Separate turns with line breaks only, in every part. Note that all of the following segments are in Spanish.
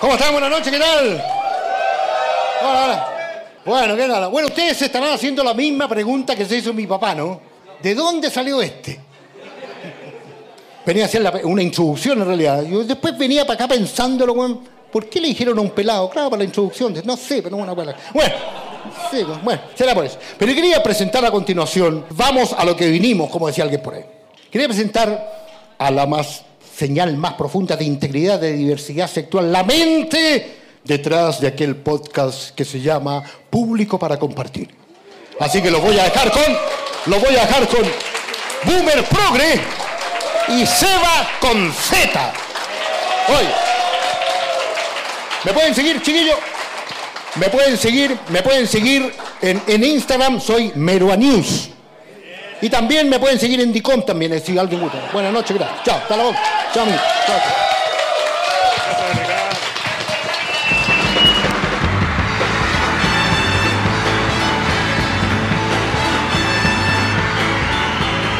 ¿Cómo están? Buenas noches, ¿qué tal? Hola, hola. Bueno, ¿qué tal? Bueno, ustedes se estarán haciendo la misma pregunta que se hizo mi papá, ¿no? ¿De dónde salió este? Venía a hacer la- una introducción en realidad. Yo después venía para acá pensándolo, weón. ¿Por qué le dijeron a un pelado? Claro, para la introducción. No sé, pero una buena. Bueno, sí, bueno, será por eso. Pero quería presentar a continuación, vamos a lo que vinimos, como decía alguien por ahí. Quería presentar a la más señal más profunda de integridad, de diversidad sexual, la mente detrás de aquel podcast que se llama Público para Compartir. Así que lo voy a dejar con, lo voy a dejar con Boomer Progre y Seba con Z. Hoy. ¿Me pueden seguir, chiquillo? Me pueden seguir, me pueden seguir en, en Instagram, soy Meroa News. Y también me pueden seguir en Dicom también, eh, si alguien gusta. Buenas noches, gracias. Chao, hasta luego. Chao, amigo. Chao, chao.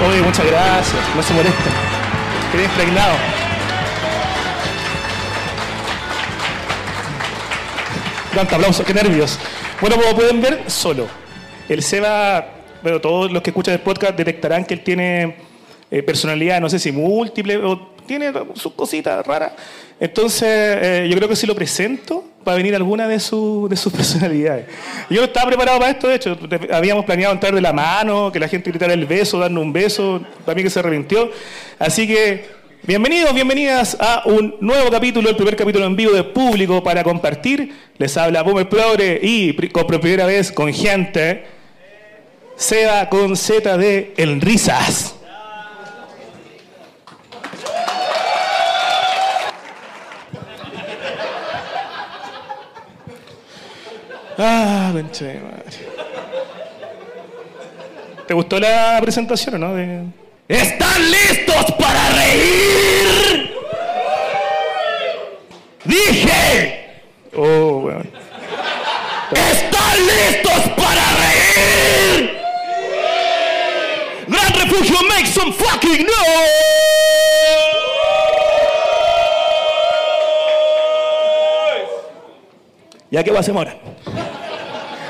Oye, muchas gracias. No se molesta. Quedé impregnado. Tanto aplauso, qué nervios. Bueno, como pueden ver, solo. El Seba, bueno, todos los que escuchan el podcast detectarán que él tiene eh, personalidad, no sé si múltiple, o tiene sus cositas raras. Entonces, eh, yo creo que si lo presento, va a venir alguna de, su- de sus personalidades. Yo estaba preparado para esto, de hecho, de- habíamos planeado entrar de la mano, que la gente gritara el beso, darnos un beso, también que se arrepintió. Así que Bienvenidos, bienvenidas a un nuevo capítulo, el primer capítulo en vivo de público para compartir. Les habla Boomer Progre y pri- con- por primera vez con gente, Seba con Z de El Risas. Ah, concha de madre. ¿Te gustó la presentación o no? De-
¿Están listos para reír? Dije,
Oh, weón.
¿están listos para reír? Gran Refugio, make some fucking noise.
¿Ya qué va a hacer ahora?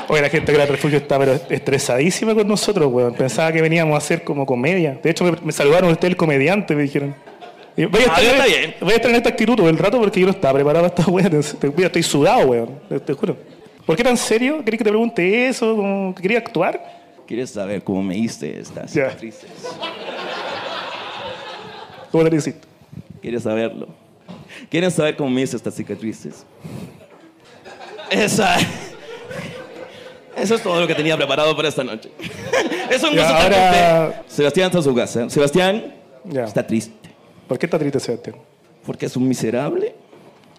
Oye, la gente de Gran Refugio está pero estresadísima con nosotros, weón. Pensaba que veníamos a hacer como comedia. De hecho, me, me saludaron ustedes el comediante, me dijeron. Y Voy a,
Ah,
estar,
ya está bien.
voy a estar en esta actitud todo el rato porque yo no estaba preparado para esta weá. Te- te- mira, estoy sudado, weón. Te, te juro. ¿Por qué tan serio? ¿Querés que te pregunte eso? ¿Como que ¿Quería actuar?
¿Quieres saber cómo me diste estas
Ya.
cicatrices?
¿Cómo te lo hiciste?
¿Quieres saberlo? ¿Quieres saber cómo me hice estas cicatrices? Esa. Eso es todo lo que tenía preparado para esta noche. Es un
Y
gusto estar
ahora-
con usted. Sebastián está en su casa. Sebastián
Ya.
está triste
¿Por qué está triste, Sebastián?
porque es un miserable.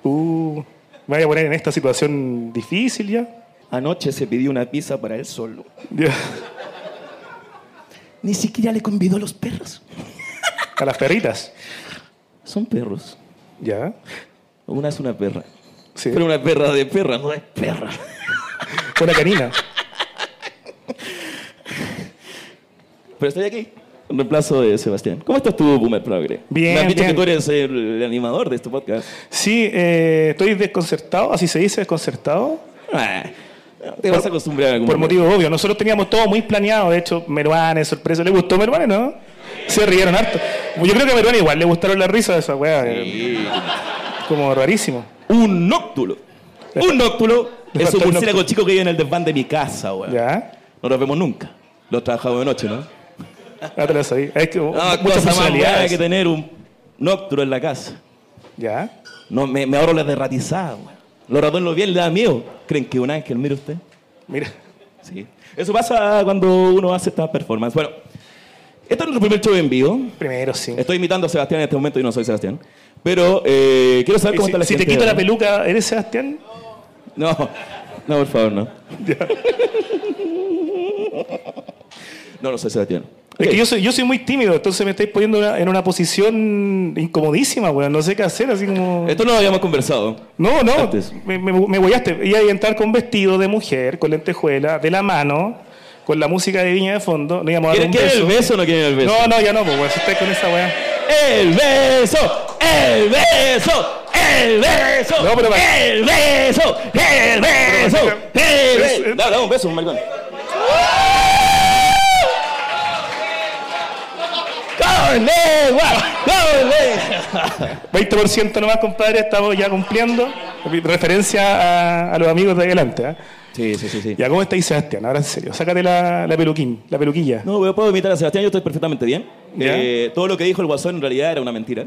Uh, me voy a poner en esta situación difícil ya.
Anoche se pidió una pizza para él solo.
Ya.
Ni siquiera le convidó a los perros.
A las perritas.
Son perros.
Ya.
Una es una perra.
Sí.
Pero una perra de perra, no es perra.
Una canina.
Pero estoy aquí. En reemplazo de Sebastián. ¿Cómo estás tú, Boomer Progre?
Bien,
Me han dicho
bien.
que tú eres el animador de este podcast.
Sí, eh, estoy desconcertado, así se dice, desconcertado.
Ah, Te vas a acostumbrar a algún
Por
momento.
motivo obvio, nosotros teníamos todo muy planeado, de hecho, Meruane, sorpresa, ¿le gustó Meruane, no? Se rieron harto. Yo creo que a Meruane igual le gustaron las risas de esa weá, eh, como rarísimo.
Un nóctulo. Un nóctulo es un murciélago chico que vive en el desván de mi casa, weón.
Ya,
No nos vemos nunca. Lo trabajamos de noche, ¿no?
ya te lo sabí. Es que muchas
Ah, cosa más buena
personalidades.
que tener un nóctulo en la casa.
Ya,
No, me, me ahorro la derratizada, weón. Los ratones lo bien le da miedo. ¿Creen que un ángel, mire usted?
mira.
Sí. Eso pasa cuando uno hace estas performances. Bueno, este es nuestro primer show en vivo.
Primero sí.
Estoy imitando a Sebastián en este momento y no soy Sebastián. Pero eh, quiero saber
Y
cómo
Si,
está la
si te
gente,
quito la
¿no?
peluca, ¿eres Sebastián?
No, no, por favor, no. No, no soy Sebastián.
Es que yo soy, yo soy muy tímido, entonces me estáis poniendo una- en una posición incomodísima, weón. No sé qué hacer, así como...
Esto no lo habíamos conversado.
No, no,
Antes.
me, me, me huellaste. Iba a entrar con vestido de mujer, con lentejuela, de la mano, con la música de Viña de fondo. No íbamos a dar
¿Quieren,
un
quieren el
beso.
beso o no quieren el beso?
No, no, ya no, pues, weón, si estáis con esa weá.
¡El beso! ¡El beso! ¡El beso!
No, pero para-
¡El beso! ¡El beso! ¡El
es-
beso! Dale, dale, un beso, un maricón. ¡Con lengua! ¡Con lengua!
20% nomás, compadre, estamos ya cumpliendo. Mi Referencia a, a los amigos de adelante. ¿ah?
Sí, sí, sí, sí.
Ya, ¿cómo estáis, Sebastián? Ahora en serio, sácate la, la peluquín, la peluquilla.
No, pero puedo imitar a Sebastián, yo estoy perfectamente bien.
Ya.
Eh, todo lo que dijo el guasón en realidad era una mentira.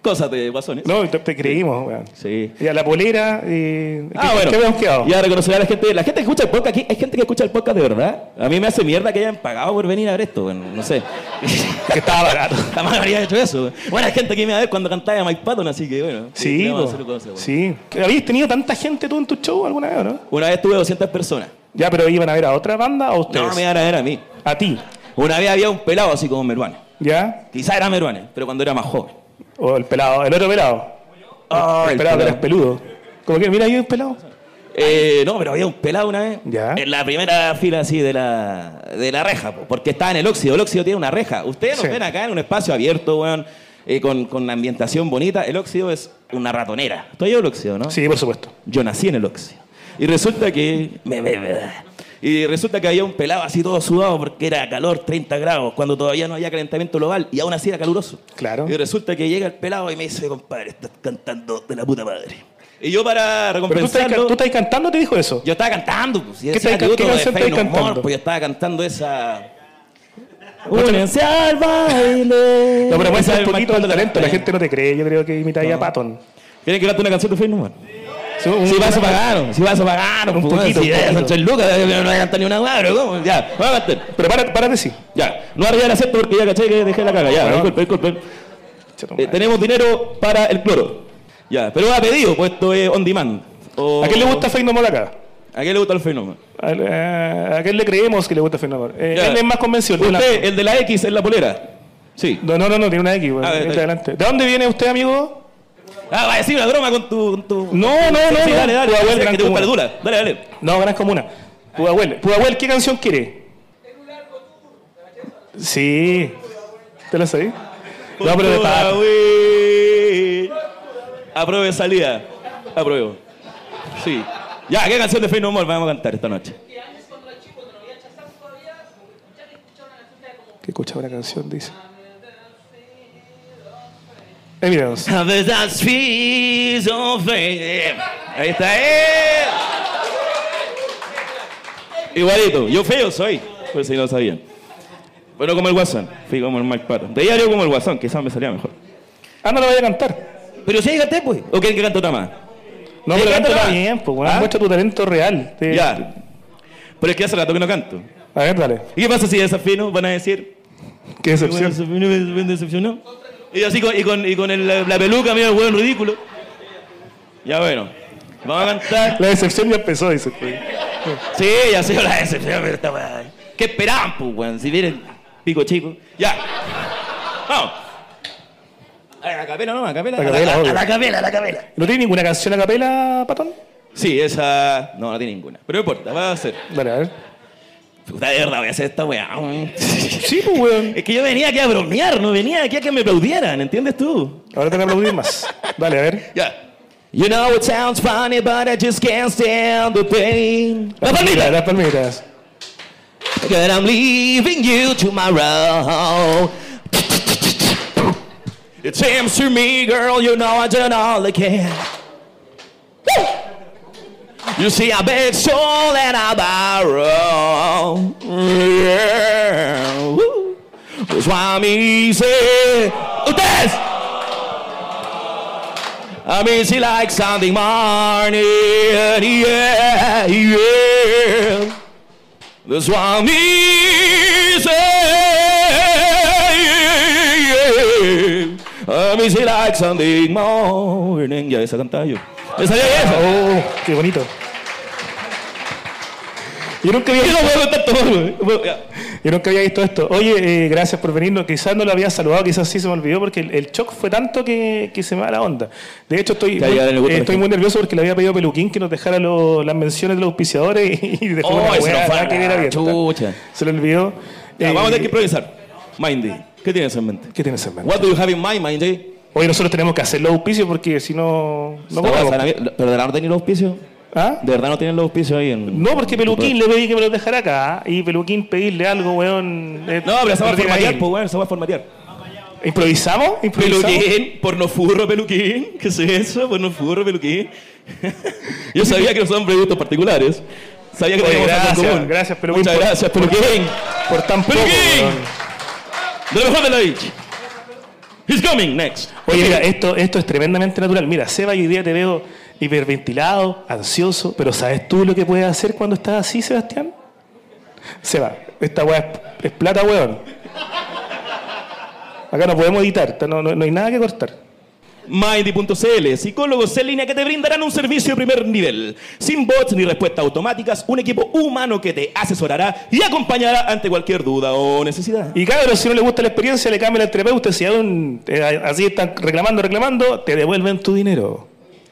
Cosas de guasones.
No, te, te creímos, weón.
Sí.
Ya, la polera y.
Ah,
¿qué-
bueno.
¿Qué habíamos quedado?
Ya reconocerá a la gente. La gente que escucha el podcast aquí, hay gente que escucha el podcast de verdad. A mí me hace mierda que hayan pagado por venir a ver esto, bueno, no sé.
Que estaba barato.
Jamás habría hecho eso. Bueno, hay gente que me iba a ver cuando cantaba Mike Patton, así que bueno.
Sí,
le vamos a
po.
hacer cosas, bueno.
sí. ¿Habías tenido tanta gente tú en tu show alguna vez, o no?
Una vez tuve 200 personas.
Ya, pero iban a ver a otra banda o a ustedes.
No me iban a ver a mí.
A ti,
Una vez había un pelado así como Meruane.
¿ya?
Quizá era Meruane, pero cuando era más joven.
O el pelado, el otro pelado.
Ah,
el,
el
pelado que
pelado.
eras peludo. Como que, mira, ahí hay un pelado.
Eh, no, pero había un pelado una vez.
Ya.
En la primera fila así de la, de la reja, po, porque estaba en el óxido. El óxido tiene una reja. Ustedes nos
Sí.
ven acá en un espacio abierto, weón, eh, con, con una ambientación bonita. El óxido es una ratonera. Estoy yo el óxido, ¿no?
Sí, por supuesto.
Yo nací en el óxido. Y resulta que. me- me- me- y resulta que había un pelado así todo sudado porque era calor 30 grados, cuando todavía no había calentamiento global y aún así era caluroso.
Claro.
Y resulta que llega el pelado y me dice, compadre, estás cantando de la puta madre. Y yo para
Pero tú estás,
recompensarlo.
can- tú estás cantando, te dijo eso.
Yo estaba cantando, pues. ¿Qué,
estáis- qué canción estáis cantando?
Pues yo estaba cantando esa.
te-
Únense al baile.
No, pero
Esa
muestra un
es
poquito
Michael
el talento. La
Jackson.
gente no te cree. Yo creo que imitaría
No.
a Patton.
¿Quieren que cante una canción de Facebook, man?
Sí, un-
Si vas a pagar, si vas a pagar, un
poquito,
poquito. Si
un
son
pues, poquito.
tres lucas, eh, no voy a cantar ni una hueá, pero ¿cómo? Ya, vamos a cantar.
Pero párate, párate sí.
Ya, no arriba el acento porque ya caché que dejé la caga. Ya,
Bueno.
disculpen, disculpen.
Chato,
Eh,
madre.
tenemos dinero para el cloro. Ya, pero a pedido, pues esto es on demand. O-
¿A quién le gusta Fake No More acá?
¿A quién le gusta el fenómeno?
¿A, eh, a- a quién le creemos que le gusta Fake No More? Eh,
Ya.
él es más convencido. tiene una-
Usted, el de la X en la polera. Sí.
No, no, no, no, tiene una X. bueno,
A ver,
vente
dale.
adelante. ¿De dónde viene usted, amigo?
Ah, va a decir una broma con tu. Con tu
No, no, no,
Sí,
no.
dale, dale.
Tu abuela
dale, que
gran
te gusta la
comuna.
dura. Dale, dale.
No, Gran Comuna.
Ah.
Pudahuel. Pudahuel, ¿qué canción quiere? Sí. ¿Te la sabí? No, pero de
Cultura,
Patton.
wey. Apruebe salida. Apruebo. Sí. Ya, ¿qué canción de Fey No More vamos a cantar esta noche?
Que escuchaba la canción, dice. Eh, Evidence.
A ver, that's fees of faith. Ahí está eh. él. Igualito, yo feo soy, por si no sabían. Pero como el Guasón, fui como el Mike Patton. De diario como el Guasón, quizás me salía mejor.
Ah, no la vaya a cantar.
Pero si llegaste, pues. ¿O quieren que cante otra más?
No,
Sí,
pero
Eh, cántala.
cántala bien, pues, weón.
¿Ah?
Muestra tu talento real. Te-
Ya. Pero es que hace rato que no canto.
A ver, dale.
¿Y qué pasa si desafino? Van a decir.
Qué decepción.
"Bueno, decepcionó, me decepcionó". Y así con, y con, y con el- la, la peluca, medio hueón ridículo. Ya bueno. Vamos a cantar.
La decepción ya empezó, dice.
Sí, ya sé la decepción, pero esta weá. ¿Qué esperaban, pues, weón? Si vienen pico chico. Ya. Vamos. A la capela, no, a la capela.
A capela,
a la-
obvio.
a la capela, a la capela.
¿No tiene ninguna canción a capela, Patón?
Sí, esa. No, no tiene ninguna. Pero no importa, va a ser.
Dale, a ver.
Puta, de verdad, voy a hacer esta weá.
Sí, pues, weón.
Es que yo venía aquí a bromear, no venía aquí a que me aplaudieran, ¿entiendes tú?
Ahora te van a aplaudir más. Dale, a ver.
Ya. You know it sounds funny, but I just can't stand the pain. La palmita.
Las palmitas.
That I'm leaving you tomorrow. It seems to me, girl, you know I done all I can. Woo! You see, I beg, stole, and I borrow. Yeah. Woo. That's why I'm easy. Ustedes. I'm easy like Sunday morning. Yeah, yeah. That's why I'm easy. Yeah, yeah. I'm easy like Sunday morning. Ya, esa cantaba yo. Me salió bien esa.
Oh, qué bonito. Yo nunca había,
Yo no puedo contar todo, güey. Bueno, ya.
yo nunca había visto esto. Oye, eh, gracias por venirnos. Quizás no lo había saludado, quizás sí se me olvidó porque el, el shock fue tanto que, que se me va la onda. De hecho, estoy,
Ya,
muy,
ya, dale,
eh,
gusto,
estoy muy nervioso porque le había pedido a Peluquín que nos dejara lo- las menciones de los auspiciadores y, y dejó
Oh,
una
se
hueá
nos fue a
que
la
era abierta.
chucha.
Se lo olvidó.
Ya,
Eh,
vamos a tener que improvisar. Mindy, ¿qué tienes en mente?
¿Qué tienes en mente?
What do you have in mind, Mindy?
Hoy nosotros tenemos que hacer los auspicios porque si no. No,
No, o sea,
cobramos.
la mier- ¿Pero de verdad no tienen los auspicios?
¿Ah?
¿De verdad no tienen los auspicios ahí en.?
No, porque Peluquín le pedí que me lo dejara acá. ¿ah? Y Peluquín pedirle algo, weón. eh,
No, pero esa va a
lo tiene
formatear,
ahí.
pues, weón, esa va a formatear.
¿Improvisamos? ¿Improvisamos?
Peluquín, pornofurro, peluquín. ¿Qué es eso? Pornofurro, peluquín. Yo sabía que no son productos particulares. Sabía que
Oye,
teníamos algo en
gracias,
común.
gracias, peluquín,
Muchas
por-
gracias, peluquín.
Por tan poco,
Peluquín.
weón.
De lo mejor de la beach. He's coming next.
Oye, mira, esto, esto es tremendamente natural. Mira, Seba, yo hoy día te veo hiperventilado, ansioso, pero ¿sabes tú lo que puedes hacer cuando estás así, Sebastián? Seba, esta weá es, es plata, weón. Acá no podemos editar, no, no- no hay nada que cortar.
Mindy.cl, psicólogos en línea que te brindarán un servicio de primer nivel, sin bots ni respuestas automáticas, un equipo humano que te asesorará y acompañará ante cualquier duda o necesidad.
Y claro, si no le gusta la experiencia, le cambian al terapeuta. Si aún eh, así están reclamando, reclamando, te devuelven tu dinero.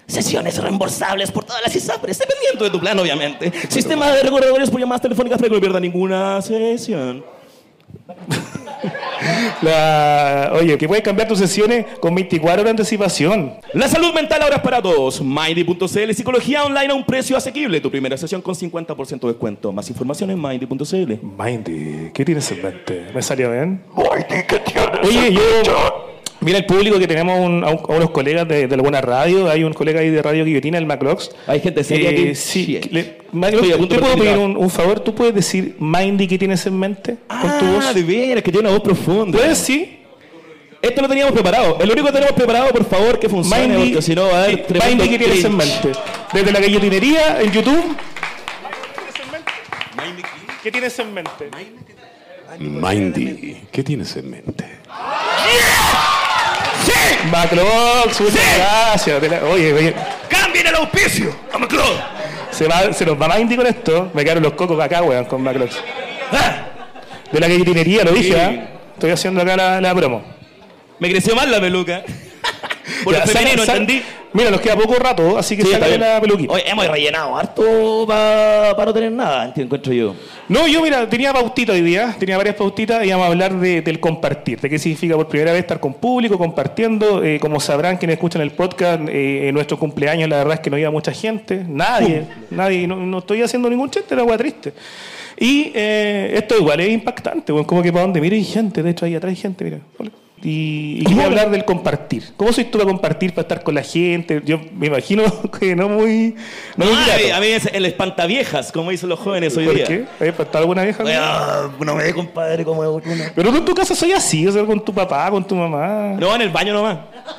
Sesiones reembolsables por todas las ISAPRES, dependiendo de tu plan, obviamente. Sistema de recordatorios por llamadas telefónicas para que no pierda ninguna sesión.
La- Oye, que puedes cambiar tus sesiones con 24 horas de anticipación.
La salud mental ahora es para todos. Mindy.cl, psicología online a un precio asequible. Tu primera sesión con 50% de descuento. Más información en Mindy.cl.
Mindy, ¿qué tienes en mente? ¿Me salió bien? Oye, yo. Mira el público que tenemos un- a, un- a unos colegas de, de alguna radio. Hay un colega ahí de Radio Guillotina, el Macrox.
Hay gente seria
Eh,
aquí.
sí.
Shit.
le- Macrox,
Estoy a
¿tú
punto
te
de
puedo
perder
pedir
mi
un, un favor? ¿Tú puedes decir Mindy qué tienes en mente con tu voz?
Ah, de veras, que tiene una voz profunda.
¿Puedes? Sí.
Esto lo teníamos preparado. El único que tenemos preparado, por favor, que funcione, porque si no va a
eh,
haber tremendo
Mindy qué tienes en
cringe.
mente. Desde la guillotinería, en YouTube. ¿Qué tienes en mente?
Mindy, ¿qué tienes en mente?
Macrox, muchas gracias. Te la- Oye, oye.
¡Cambien el auspicio! ¡A Macron!
Se, va, se nos va Mindy con esto. Me quedaron los cocos acá, weón, con Macrox.
Ah,
De la guillotinería, lo dije,
Sí.
¿ah? Estoy haciendo acá la, la promo.
Me creció mal la peluca. Por
Ya,
el
saca-
femenino,
saca-
entendí.
Mira, nos queda poco rato, así que
Sí, está
sácale
bien.
la peluquita.
Oye, hemos rellenado harto para no tener nada, enti- encuentro yo.
No, yo mira, tenía pautita hoy día, tenía varias pautitas y vamos a hablar de- del compartir, de qué significa por primera vez estar con público, compartiendo. Eh, como sabrán quienes escuchan el podcast, eh, en nuestro cumpleaños la verdad es que no iba mucha gente, nadie,
Mm.
nadie, no, no estoy haciendo ningún chiste, era agua triste. Y eh, esto igual es impactante, bueno, como que para donde mire hay gente, de hecho ahí atrás hay gente, mira. hola. Y, y quería hablar del compartir. ¿Cómo soy tú para compartir, para estar con la gente? Yo me imagino que no muy... No, muy
Ay,
grato.
eh, a mí es el espantaviejas, como dicen los jóvenes hoy
¿Por
día.
qué? ¿Hay para alguna vieja?
Oye, ah, no me ve, compadre, como es una.
Pero tú en tu casa soy así, o sea, con tu papá, con tu mamá.
No, en el baño nomás.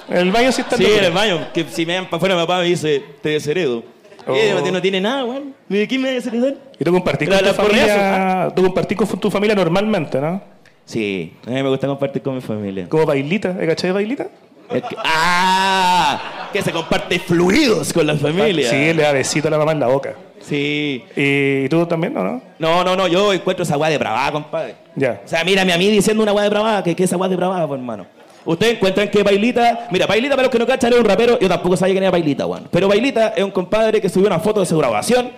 En el baño sí está
Sí,
locura.
en el baño. Que si me dan para afuera, mi papá me dice, te desheredo. Y ella
Oh.
no, no tiene nada, weón. Me dice, ¿Quién me va a desheredar?
Y tú compartís
La-
con tu
la
familia.
cornea,
Tú compartís con tu familia normalmente, ¿no?
Sí, a mí me gusta compartir con mi familia.
Como bailita, ¿eh? ¿cachai de bailita?
Es que- ¡Ah! Que se comparte fluidos con la familia.
Sí, le da besito a la mamá en la boca.
Sí.
¿Y tú también, no? no?
No, no, no, yo encuentro esa weá de bravada, compadre.
Ya.
O sea, mírame a mí diciendo una weá de bravada, que, que esa weá de bravada, pues, hermano. Ustedes encuentran que Bailita, mira, Bailita para los que no cachan es un rapero, yo tampoco sabía quién era Bailita, weón. Pero Bailita es un compadre que subió una foto de su grabación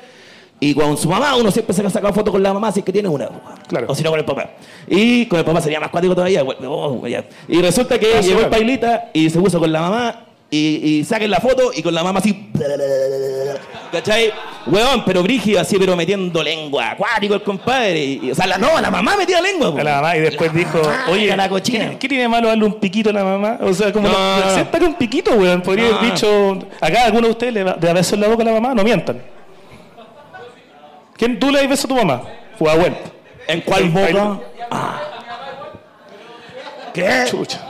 y con su mamá uno siempre se saca foto con la mamá, así que tiene una, weón.
Claro.
O si no, con el papá. Y con el papá sería más cuático todavía, weón. Oh, ya. Y resulta que
Ah, sí,
llegó el
claro.
Bailita y se puso con la mamá y, y saquen la foto y con la mamá así. ¿Cachai? Weón, pero brígido así, pero metiendo lengua. Acuático el compadre. Y- y- o sea, la, no, la mamá metía lengua. po.
A la mamá y después dijo,
mamá,
oye,
a Ah, la cochina.
¿qué, qué tiene de malo darle un piquito a la mamá? O sea, como
No,
la-
no, no.
acepta que un piquito, weón. Podría
No,
haber
no.
dicho, acá alguno de ustedes le da le da beso en la boca a la mamá, no mientan. ¿Quién tú le das beso a tu mamá? Fue abuelo.
¿En cuál boca? Ah. ¿Qué?
Chucha.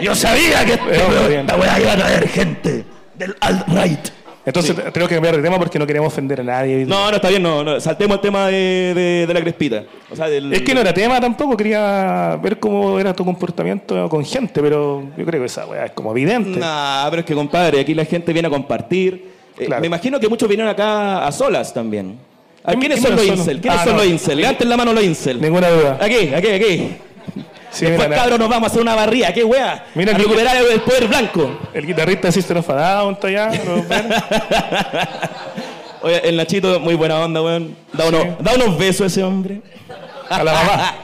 Yo sabía que
Eh, hombre, bien.
esta weá iba a traer gente del alt-right.
Entonces tengo que cambiar de tema porque no queremos ofender a nadie.
No, no, está bien, no, no. Saltemos el tema de, de- de la crespita. O sea, del.
Es que no era tema tampoco, quería ver cómo era tu comportamiento con gente, pero yo creo que esa weá es como evidente.
Nah, Ah, pero es que compadre, aquí la gente viene a compartir. Eh,
Claro.
me imagino que muchos vinieron acá a solas también. ¿A
¿Quién-
¿Quiénes
quién
son los
era solo?
incel? ¿Quiénes
Ah,
son
no.
los incel? Levanten la mano los incel.
Ninguna duda.
Aquí, aquí, aquí.
Sí,
Eh, Después,
mira,
cabros, nos vamos a hacer una barría. ¿Qué wea?
Mira
a
que-
recuperar el poder blanco.
El guitarrista de System of a Down está allá. ¿no?
Oye, el Nachito, muy buena onda, weón. Da, uno- da unos besos a ese hombre.
a la mamá.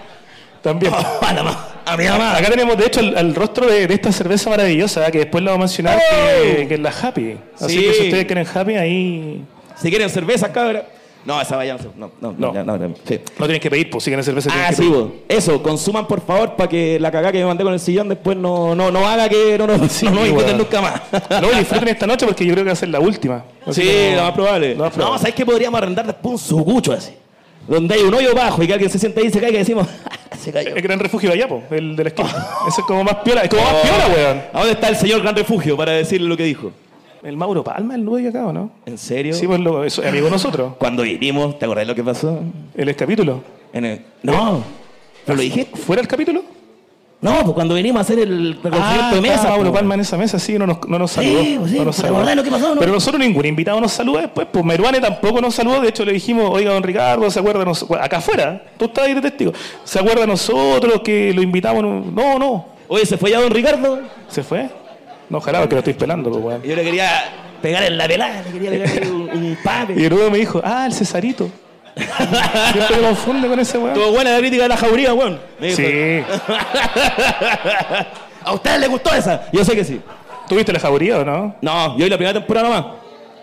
También.
a la mamá. a mi mamá.
Acá tenemos, de hecho, el, el rostro de, de esta cerveza maravillosa, ¿eh? que después lo vamos a mencionar, que, que es la Happy. Así
Oh. Sí.
que si ustedes quieren Happy, ahí
Si quieren cerveza, cabra. No, esa vaya. No, no, no.
No.
ya, no, no, sí.
no tienen que pedir, pues si quieren cerveza. tienen
Ah,
que
sí,
pedir.
vos. Eso, consuman por favor para que la cagada que me mandé con el sillón después no, no, no haga que no nos
Sí,
no, nos
weón.
inviten nunca más.
No, y disfruten esta noche porque yo creo que va a ser la última. Así
sí,
como-
lo más probable.
Lo más
No,
probable.
¿sabes qué? Podríamos arrendar después un sucucho así. Donde hay un hoyo bajo y que alguien se sienta ahí y se caiga y decimos, se cayó.
El gran refugio de allá, po, el de la esquina. Eso es como más piola, es como más piola, weón.
¿A dónde está el señor Gran Refugio para decirle lo que dijo?
El Mauro Palma, el dueño acá, ¿o no?
¿En serio?
Sí, pues lo, es amigo de nosotros.
Cuando vinimos, ¿te acordás lo que pasó?
El ex capítulo. Ah,
En el- No. ¿Pero lo dijiste?
¿Fuera el capítulo?
No, pues cuando vinimos a hacer el
Ah,
reconocimiento de mesa.
estaba Mauro
pues.
Palma en esa mesa, sí, pues, no nos, no nos
Sí,
saludó.
sí,
no nos
¿te
saludó.
acordás lo que pasó, no?
Pero nosotros ningún invitado nos saluda después. Pues Meruane tampoco nos saludó. De hecho, le dijimos, oiga, don Ricardo, ¿se acuerda? de nos- acá afuera, tú estás ahí de testigo. ¿Se acuerda de nosotros que lo invitamos? No, no.
Oye, ¿se fue ya don Ricardo?
¿Se fue? No, ojalá, porque lo estoy pelando, pues, weón.
Yo le quería pegar en la pelada, le quería pegar un, un
Y
pape.
luego me dijo, ah, el Cesarito. Siempre me confunde con ese weón.
Estuvo buena la crítica de la jauría, weón. Me dijo.
Sí.
¿A ustedes les gustó esa? Yo sé que sí.
¿Tuviste la jauría o no?
No, yo vi la primera temporada nomás.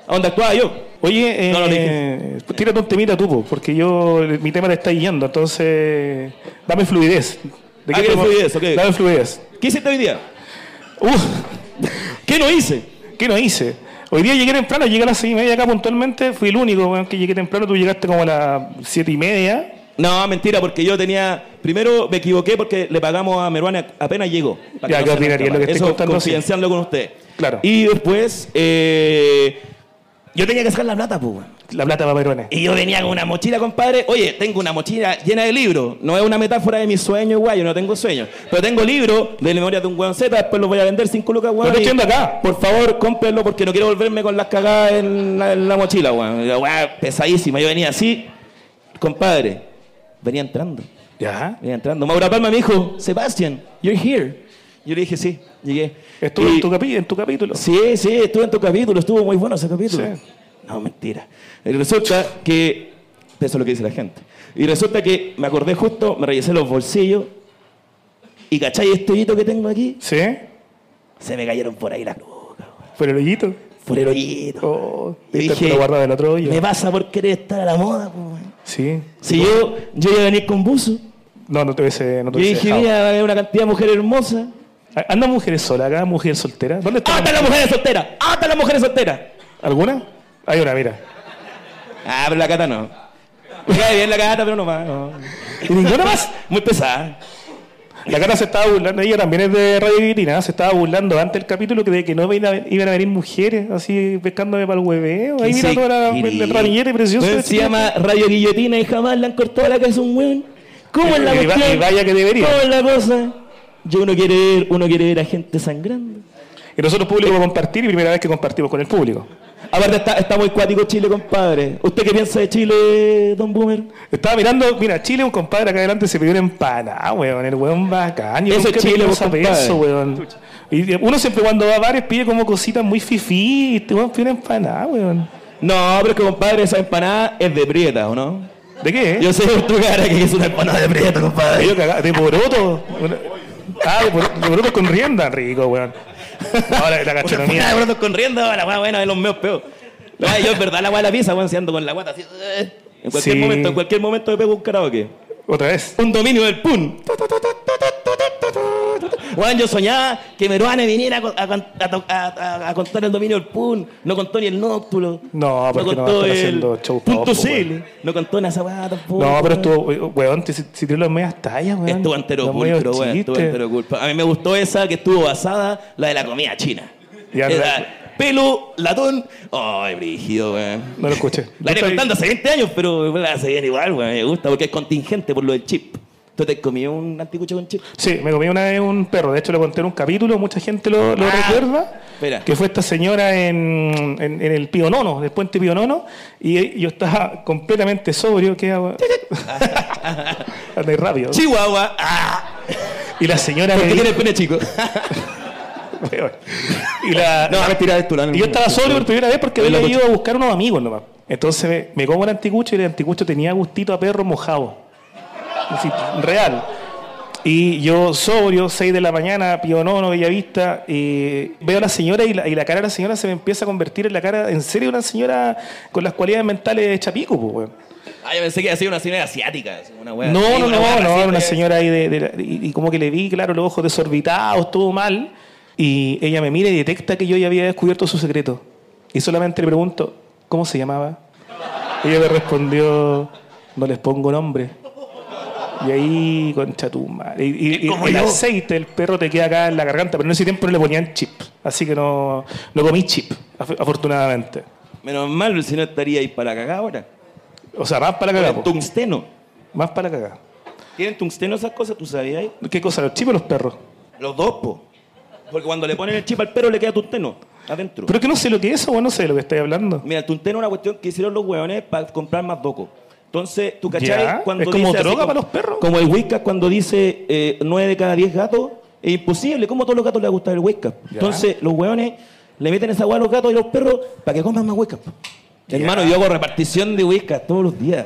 ¿A dónde actuaba yo?
Oye, eh,
No, no, le
eh, tírate un temita tú, po, porque yo mi tema te está guiando, entonces dame fluidez. ¿De
Ah, ¿quieres
podemos-
fluidez? Ok.
Dame fluidez.
¿Qué hiciste hoy día?
Uf,
¿Qué no hice?
¿qué no hice? Hoy día llegué temprano, llegué a las seis y media acá puntualmente, fui el único weón, que llegué temprano, tú llegaste como a las siete y media.
No, mentira, porque yo tenía. Primero me equivoqué porque le pagamos a Meruane apenas llegó. Para
Ya,
que
qué
se
ordinaria,
nos
lo que estoy
escape. Eso,
contando, sí.
confidenciarlo con usted.
Claro.
Y después, eh, yo tenía que sacar la plata, pues. weón.
La plata para Peruanes.
Y yo venía con una mochila, compadre. Oye, tengo una mochila llena de libros. No es una metáfora de mis sueños, guay. Yo no tengo sueños. Pero tengo libros de memoria de un weón Z. Después los voy a vender cinco lucas, weón.
Lo estoy
y
haciendo acá.
Por favor, cómprenlo porque no quiero volverme con las cagadas en la, en la mochila, weón. Y la weá pesadísima. Yo venía así, compadre. Venía entrando.
Ya.
Venía entrando. Maura Palma me dijo, Sebastian, you're here. Yo le dije, sí, llegué.
Estuve
Y-
en tu, capi- en tu capítulo.
Sí, sí, estuve en tu capítulo, estuvo muy bueno ese capítulo.
Sí.
No, mentira. Y Resulta que. Eso es lo que dice la gente. Y resulta que me acordé justo, me revisé los bolsillos. Y cachai, este hito que tengo aquí,
¿Sí?
se me cayeron por ahí las lucas, weón.
Fue el hoyito.
por el hoyito.
Oh,
Y
viste,
dije,
lo guardaba del otro hoyo.
Me pasa por querer estar a la moda, po, weón.
Sí.
Si yo, yo iba a venir con buzo,
No, no te hubiese, no te
yo
hubiese
dije,
dejado.
mira, va a haber una cantidad de mujeres hermosas.
¿Anda mujeres sola acá? ¿Mujer soltera? ¿Dónde está?
¡Ah, están las mujeres solteras! ¡Ah, están las mujeres solteras!
¿Alguna? Hay una, mira.
Ah, pero la cata no. Me cae bien la cata, pero no más. no.
¿Y ninguna más?
Muy pesada.
La cara se estaba burlando, ella también es de Radio Vitrina, se estaba burlando antes del capítulo que de que no iban a, iban a venir mujeres así pescándome para el hueveo. Ahí mira toda la, el ramillete precioso.
Weón, Se llama Radio Guillotina y jamás le han cortado la cabeza a un weón. ¿Cómo es la
Y va-
cuestión?
y vaya que debería.
¿Cómo es la cosa? Yo uno quiere ver, uno quiere ver a gente sangrando.
Y nosotros público para compartir y primera vez que compartimos con el público.
Aparte está, está muy cuático Chile, compadre. ¿Usted qué piensa de Chile, Don Boomer?
Estaba mirando, mira, Chile, un compadre acá adelante se pidió una empanada, ah, weón, el weón bacán. Yo
Eso
nunca
es Chile,
tenía
vos,
esa
compadre.
peso, weón. Y eh, uno siempre cuando va a bares pide como cositas muy fifí, y este weón pide una empanada, weón.
No, pero es que compadre, esa empanada es de prieta, ¿o no?
¿De qué? eh?
Yo sé por tu cara que es una empanada de prieta, compadre.
Yo cagaba, de poroto. Una- Ah, de poro- de poroto con rienda, rico, weón. Ahora la
Una empanada de
gastronomía.
brotos con rienda, la weá buena de los meos peor. La weá, yo es verdad la weá de la pizza, weón, si ando con la guata así. eh. En cualquier
Sí.
momento, en cualquier momento me pego un karaoke.
Otra vez.
un dominio del pun. Weón, yo soñaba que Meruane viniera a, con- a con- a to- a- a- a contar el dominio del pun. No contó ni el Nóctulo.
No, porque no va a estar haciendo show
punto
pop,
CL.
weón.
No contó nada esa tampoco.
No, pero estuvo, weón, te, te tiró las medias tallas, weón.
Estuvo entero
Los medios
pulcro, weón. Estuvo
chistes.
entero culpa. A mí me gustó esa que estuvo basada, la de la comida china.
Ya,
Era
no-
pelo, latón. Ay, brígido, weón.
No lo escuché.
La iré contando hace 20 años, pero me la hace bien igual, weón. Me gusta porque es contingente por lo del chip. ¿Tú te has comido un anticucho con chip?
Sí, me comí una vez un perro. De hecho, lo conté en un capítulo, mucha gente lo, lo
Ah,
recuerda.
espera.
Que fue esta señora en, en, en el Pío Nono, del puente Pío Nono, y yo estaba completamente sobrio. Que hago? Andai rápido.
Chihuahua. Ah,
Y la señora me
porque
dijo-
tiene el pene chico.
Peor. y la,
No,
la-
mentira, es tu lana,
y yo
no,
estaba
no,
solo
no.
por primera vez porque
No,
había
no,
ido a buscar unos amigos nomás. Entonces me, me como el anticucho y el anticucho tenía gustito a perro mojado. Así, real. Y yo sobrio, 6 de la mañana, Pionono, Bellavista, y veo a la señora y la, y la cara de la señora se me empieza a convertir en la cara, en serio, una señora con las cualidades mentales de Chapico, pues, weón.
Ah, yo pensé que hacía una señora asiática. así, Una wea así,
No, no,
una
no,
wea
no,
así,
era una
wea.
señora ahí de, de la- y, y como que le vi, claro, los ojos desorbitados, estuvo mal. Y ella me mira y detecta que yo ya había descubierto su secreto. Y solamente le pregunto, ¿cómo se llamaba? Ella me respondió, no les pongo nombre. Y ahí, concha tu madre. Y, y- y
Como
el
yo.
aceite del perro te queda acá en la garganta, pero en ese tiempo no le ponían chip. Así que no, no comí chip, af- afortunadamente.
Menos mal, si no estaría ahí para cagar ahora.
O sea, más para cagar. po.
Tungsteno.
Más para cagar.
¿Tienen tungsteno esas cosas? ¿Tú sabías ahí?
¿Qué cosa? ¿Los chips o los perros?
Los dos, po. Porque cuando le ponen el chip al perro le queda tungsteno adentro.
Pero es que no sé lo que es eso, weón, no sé de lo que estáis hablando.
Mira, el tungsteno es una cuestión que hicieron los hueones para comprar más doco. Entonces, ¿tú cachai?
Ya, es como
así
droga
como-
para los perros.
Como el whiskas cuando dice eh, 9 de cada 10 gatos, es imposible. ¿Cómo a todos los gatos les gusta el whiskas? Entonces, los hueones le meten esa hueá a los gatos y los perros para que coman más whiskas. po. Hermano, yo hago repartición de whiskas todos los días.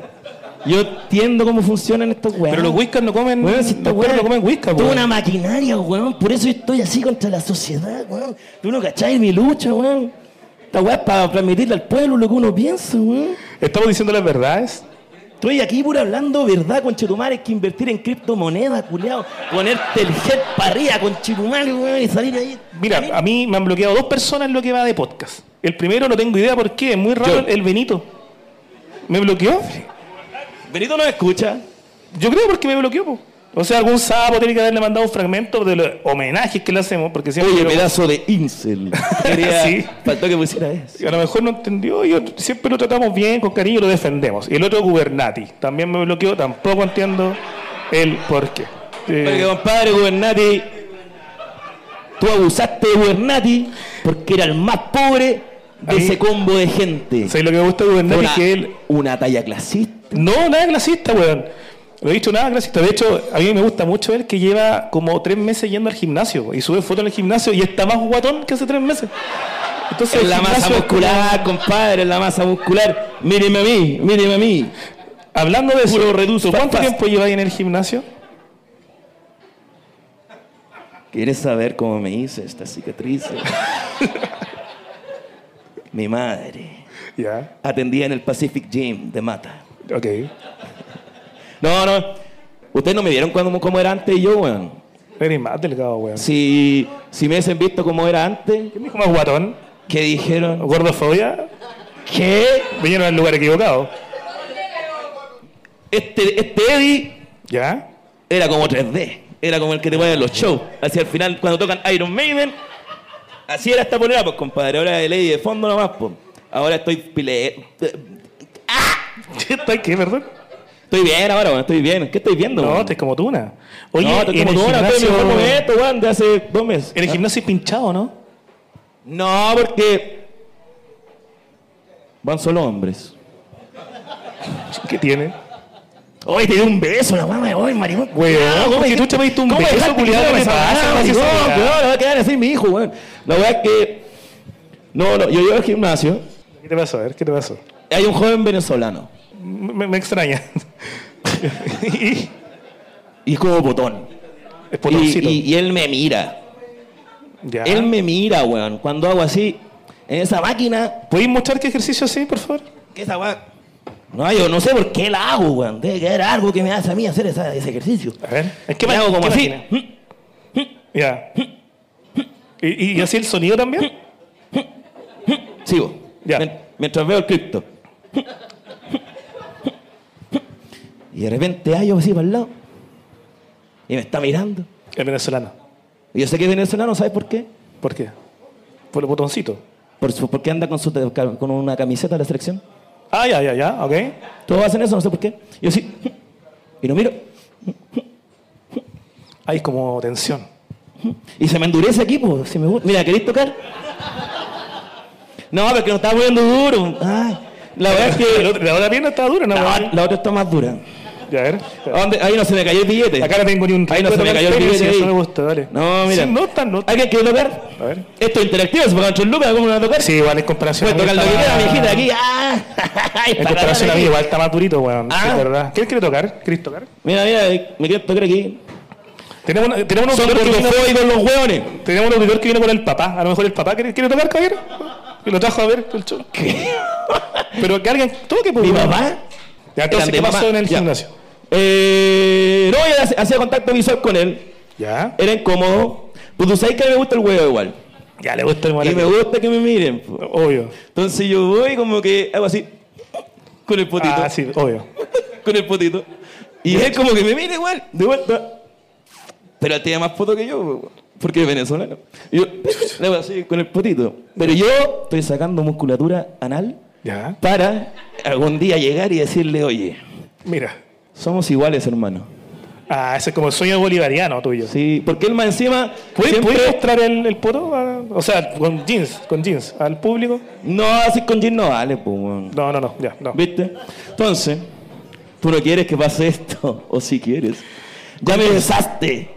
Yo entiendo cómo funcionan estos hueones.
Pero los whiskas no comen.
Weón, si esta
los perros
weá
no comen whiskas,
Mm, Toda
weón.
una maquinaria, weón. Por eso estoy así contra la sociedad, weón. Tú no cachai mi lucha, weón. Esta weá es para transmitirle al pueblo lo que uno piensa, weón.
Estamos diciendo las verdades.
Estoy aquí pura hablando verdad, conchetumare, que invertir en criptomonedas, culiao. Ponerte el jet para arriba, conchetumare, weón, y salir ahí.
Mira, a mí me han bloqueado dos personas en lo que va de podcast. El primero no tengo idea por qué, es muy raro
Yo.
el Benito. ¿Me bloqueó?
Benito no escucha.
Yo creo porque me bloqueó. po. O sea, algún sapo tiene que haberle mandado un fragmento de los homenajes que le hacemos, porque siempre.
Oye,
lo-
pedazo de incel. Quería,
Sí.
Faltó que pusiera eso.
Y a lo mejor no entendió, yo siempre lo tratamos bien, con cariño lo defendemos. Y el otro Gubernati, también me bloqueó, tampoco entiendo el por qué. Eh,
Porque, compadre, Gubernati, tú abusaste de Gubernati porque era el más pobre de
A mí-
ese combo de gente.
¿Sabes lo que me gusta de
Fue
Gubernati?
una,
Que él
una talla clasista.
No, nada clasista, weón. No he dicho nada clasista. De hecho, a mí me gusta mucho él que lleva como tres meses yendo al gimnasio y sube fotos en el gimnasio y está más guatón que hace tres meses. Entonces,
Es
el
la masa
gimnasio es como-
muscular, compadre, es la masa muscular. Míreme a mí, míreme a mí.
Hablando de eso,
Puro reduzo,
¿cuánto
fast, fast.
tiempo lleváis en el gimnasio?
¿Quieres saber cómo me hice esta cicatriz? Mi madre
Ya,
atendía en el Pacific Gym de Mata.
ok.
No, no. Ustedes no me vieron cuando, cómo era antes y yo, weón.
Eres más delgado, weón.
Si, si me hubiesen visto cómo era antes,
¿Quién dijo más guatón?
que dijeron,
¿Gordofobia?
¿qué?
Vinieron al lugar equivocado.
Este, este Eddie
¿Ya?
era como 3D. Era como el que te ponen en los shows. Así al final, cuando tocan Iron Maiden, así era esta polera, pues, compadre. Ahora el Eddie de fondo nomás, pues. Ahora estoy pile...
¿Estás qué, perdón?
Estoy bien ahora, weón, estoy bien. ¿Qué estoy viendo,
No,
weón?
estás como tuna.
Oye,
Oye,
no, estoy
en
como
el
tú ahora, estoy en el mejor
gimnasio,
momento, weón, de hace dos meses.
en el gimnasio es pinchado, ¿no?
No, porque... Van solo hombres.
¿Qué tiene?
Hoy te di un beso, la mamá de hoy, maricón.
Weón,
¿cómo
porque
dejaste-
tú te pediste un
¿Cómo
beso,
dejaste
culiao,
que
me
me
pasa,
pagara,
me haces
maricón?
esa weá.
Weón, le va a quedar así mi hijo, weón. La verdad es que. No, no, yo llego al gimnasio.
¿Qué te pasó? A ver, ¿qué te pasó?
Hay un joven venezolano.
Me, me extraña. y,
Y es como botón.
es
Y,
potoncito.
y- y él me mira.
ya.
Él me mira, weón. Cuando hago así, en esa máquina,
¿Puedes mostrar qué ejercicio así, por favor?
que esa weón. No, yo no sé por qué la hago, weón. Debe quedar algo que me hace a mí hacer esa- ese ejercicio.
A ver. Es
Que me hago como así.
Ya. ¿Y, y- y así el sonido también?
Sigo.
Ya.
Mien- Mientras veo el cripto. Y de repente hay yo así para el lado. Y me está mirando.
El venezolano.
Y yo sé que es venezolano, ¿sabes por qué?
¿Por qué? Por el botoncito.
Por su- porque anda con, su, con una camiseta de la selección.
Ah, ya, ya, ya. Ok.
Todos hacen eso, no sé por qué. Y yo sí. Y lo miro.
Hay como tensión.
Y se me endurece aquí, pues. Si me gusta. Mira, ¿queréis tocar? No, porque no está moviendo duro. Ay, la verdad es
El
que.
otro- La otra pierna está dura, ¿no?
La, la otra está más dura.
Ya, a ver.
¿A dónde? Ahí no se me cayó el billete.
Acá no tengo ni un
Ahí no se me cayó el
tenis,
billete
Eso
ahí.
me gusta, dale.
No, mira.
Sí, no tan, no tan.
¿Alguien quiere tocar?
A ver.
Esto es interactivo, se pagan tres lucas, ¿cómo no van a tocar?
Sí, igual en comparación.
Puedes
a mí
tocar lo que
está más-
quieras, mi hijita, aquí. ¡Ah!
En comparación a mí, igual está más durito, weón.
Ah. eh,
Es verdad. ¿Qué quiere tocar? ¿Quieres tocar?
Mira, mira, me quiero tocar aquí.
Tenemos, una- tenemos, un
Son
auditor que vino,
gordofoides los hueones.
tenemos un auditor que vino con el papá. A lo mejor el papá quiere, quiere tocar, caballero. Y lo trajo a ver el show. Pero que alguien toque, pues.
Mi
weón.
papá.
Ya,
eran
entonces,
de
¿qué
mamá.
pasó en el
Ya.
gimnasio?
Eh, no, yo hacía- hacía contacto visual con él.
Ya.
Era incómodo. Pues tú sabes que a mí me gusta el huevo igual.
Ya le gusta el
Y me
maravilloso.
gusta que me miren. po.
Obvio.
Entonces yo voy como que hago así. Con el potito.
Ah, sí, obvio.
Con el potito. Y él como que me mira igual. De vuelta. Pero él tiene más poto que yo. po, Porque es venezolano. Y yo le hago así con el potito. Pero yo estoy sacando musculatura anal
Ya.
para algún día llegar y decirle, oye,
Mira.
somos iguales, hermano.
Ah, ese es como el sueño bolivariano tuyo.
Sí, porque él más encima.
¿Puedes,
siempre-
puedes mostrar el, el poto? Ah, O sea, con jeans, con jeans, al público.
No, así con jean no vale, pues, weón.
No, no, no, ya, no.
¿Viste? Entonces, tú no quieres que pase esto, o si quieres. Ya me besaste.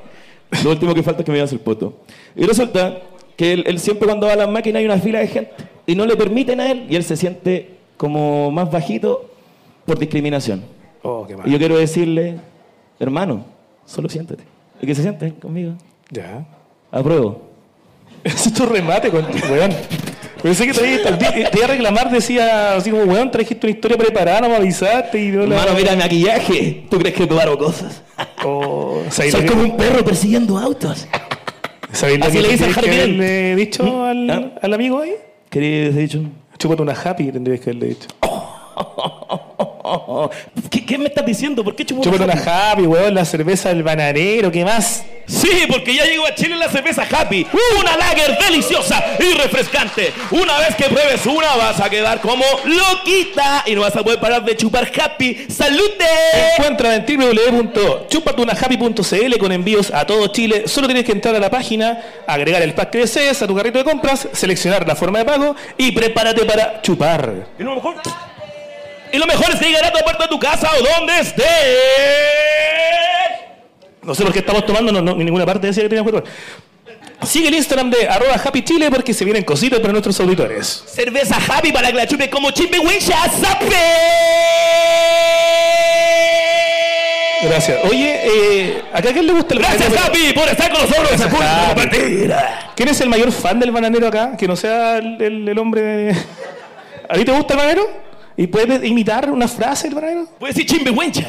Lo último que falta es que me veas el poto. Y resulta que él, él siempre cuando va a las máquinas hay una fila de gente y no le permiten a él y él se siente como más bajito por discriminación.
Oh, qué mal.
Y yo quiero decirle, hermano, solo siéntate. Y que se siente conmigo.
Ya.
Apruebo.
Ese es tu remate, con, weón. Pensé que te iba a- te iba a reclamar, decía así como, weón, trajiste una historia preparada, no me avisaste y no la-
Hermano, mira el maquillaje. ¿Tú crees que tú hago cosas?
Oh, ¿sabéis
Soy
lo
como
que,
un perro persiguiendo autos.
¿sabéis lo
así
que
le dice
tendrías
al
que
jardín.
haberle dicho al,
¿Ah?
al amigo ahí?
¿Qué he dicho?
Chúpate una happy, tendrías que haberle dicho.
Oh, ¿Qué, qué me estás diciendo? ¿Por qué chupó
Chúpate una happy, weón, la cerveza del bananero, ¿qué más?
Sí, porque ya llegó a Chile la cerveza Happy.
¡Uh!
Una lager deliciosa y refrescante. Una vez que pruebes una, vas a quedar como loquita y no vas a poder parar de chupar Happy. ¡Salute!
Encuentra en www.chupatunahappy.cl con envíos a todo Chile. Solo tienes que entrar a la página, agregar el pack que desees a tu carrito de compras, seleccionar la forma de pago y prepárate para chupar.
Y lo mejor, y lo mejor es que llegará a tu puerta de tu casa o donde estés.
No sé por qué estamos tomando, no, no, ni ninguna parte decía que teníamos que tomar. Sigue el Instagram de arroba happy chile porque se vienen cositas para nuestros auditores.
Cerveza Javi para que la chupe como chipe wincha zape.
Gracias. Oye, eh, ¿a quién le gusta el
Gracias
bananero?
Javi por estar con nosotros.
Gracias,
Acuérdate de
Javi.
compartir.
¿Quién es el mayor fan del bananero acá? Que no sea el, el- el hombre de... ¿A ti te gusta el bananero? ¿Y puedes imitar una frase del bananero?
Puedes decir chimbehuencha.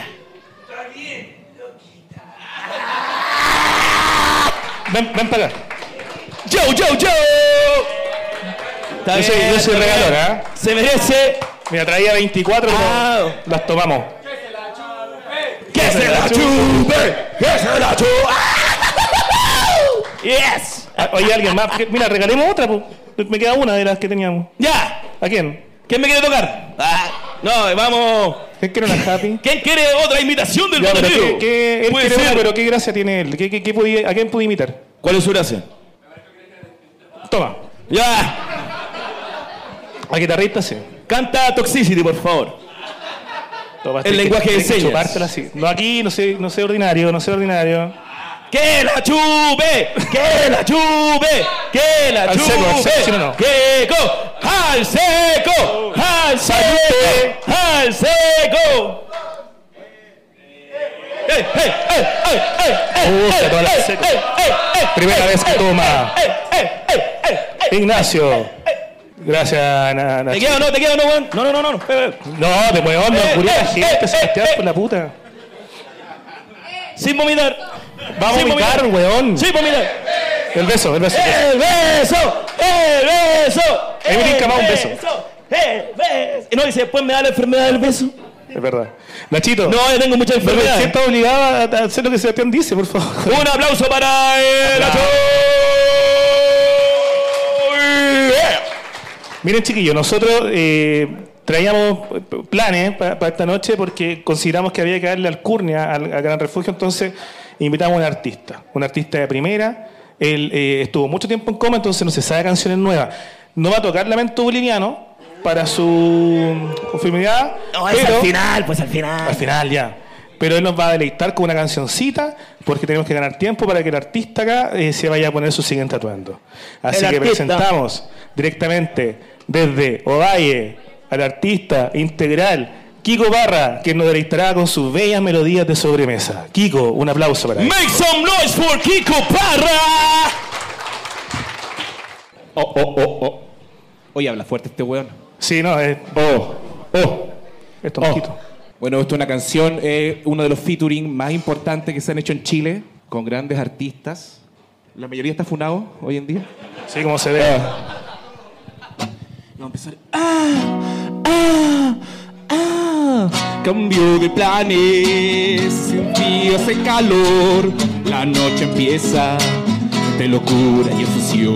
Ven, ven para acá.
Yo, yo, yo.
Yo soy- yo soy regalón, ¿ah?
Se merece
Mira, traía 24, pero
Ah.
las tomamos.
que se la chupe. Que se la chupe. Yes.
Ah, Oye, alguien más. que- Mira, regalemos otra, po. Me queda una de las que teníamos.
Ya.
¿A quién?
¿Quién me quiere tocar? Ah, no, vamos.
¿Quién quiere una happy?
¿Quién quiere otra imitación del
Ya, pero
bananero?
¿qué, qué- él
Puede
quiere una,
ser.
pero ¿qué gracia tiene él? ¿Qué, qué- qué podía- ¿A quién pude imitar?
¿Cuál es su gracia?
Toma.
Ya.
A guitarrista, sí.
Canta Toxicity, por favor.
Toma,
El
tienes
lenguaje de
tienes
señas.
chupártela así. No aquí, no sé, no sé ordinario, no sé ordinario.
¡Que la chupe! ¡Que la chupe! ¡Que la
Al
chupe!
seco, al seco, sí o no.
¡Que go! ¡Al seco! ¡Al seco! ¡Al seco! ¡Eh, eh, eh, eh, eh, eh,
Puta,
eh,
todas las
eh,
secas.
eh, eh, eh,
Primera
eh,
vez que
eh,
toma.
eh, eh, eh, eh, eh.
Ignacio. Gracias, Na-
¿Te
Nacho.
queda o no? ¿Te queda o no, weón? No, no, no, no, no. Eh, eh.
No, te muevo, no,
Eh,
curia la
eh,
gente,
eh,
Sebastián,
eh,
por la puta.
Sin vomitar.
Vamos a
Sin vomitar.
imitar, weón.
Sin vomitar.
El beso, el beso.
¡El beso! ¡El beso!
Ahí me tinca más un beso.
¡El beso! Y no, dice, después me da la enfermedad del beso.
Es verdad. Nachito.
No, yo tengo muchas
No me
enfermedades.
sientas obligada a hacer lo que Sebastián dice, por favor.
Un aplauso para el
Bravo.
Nacho. Yeah.
Miren, chiquillos, nosotros eh, traíamos eh, planes para esta noche porque consideramos que había que darle alcurnia al, al Gran Refugio, entonces invitamos a un artista, un artista de primera. Él eh, estuvo mucho tiempo en coma, entonces no se sabe canciones nuevas. No va a tocar Lamento Boliviano para su mm, conformidad,
No, es
pero
al final, pues al final.
al final ya. Pero él nos va a deleitar con una cancioncita porque tenemos que ganar tiempo para que el artista acá eh, se vaya a poner su siguiente atuendo. Así
El
que
artista.
presentamos directamente desde Ovalle al artista integral Kiko Barra, que nos deleitará con sus bellas melodías de sobremesa. Kiko, un aplauso para él.
Make some noise for Kiko Parra. Oh, oh, oh, oh. Oye, habla fuerte este weón.
Sí, no, es,
Oh, oh.
es Tonquito.
Bueno, esto es una canción, eh, uno de los featuring más importantes que se han hecho en Chile, con grandes artistas. La mayoría está funado hoy en día.
Sí, como se ve.
Ah. Vamos a empezar. ¡Ah! ¡Ah! ¡Ah! Cambio de planes, un día hace calor, la noche empieza de locura y efusión.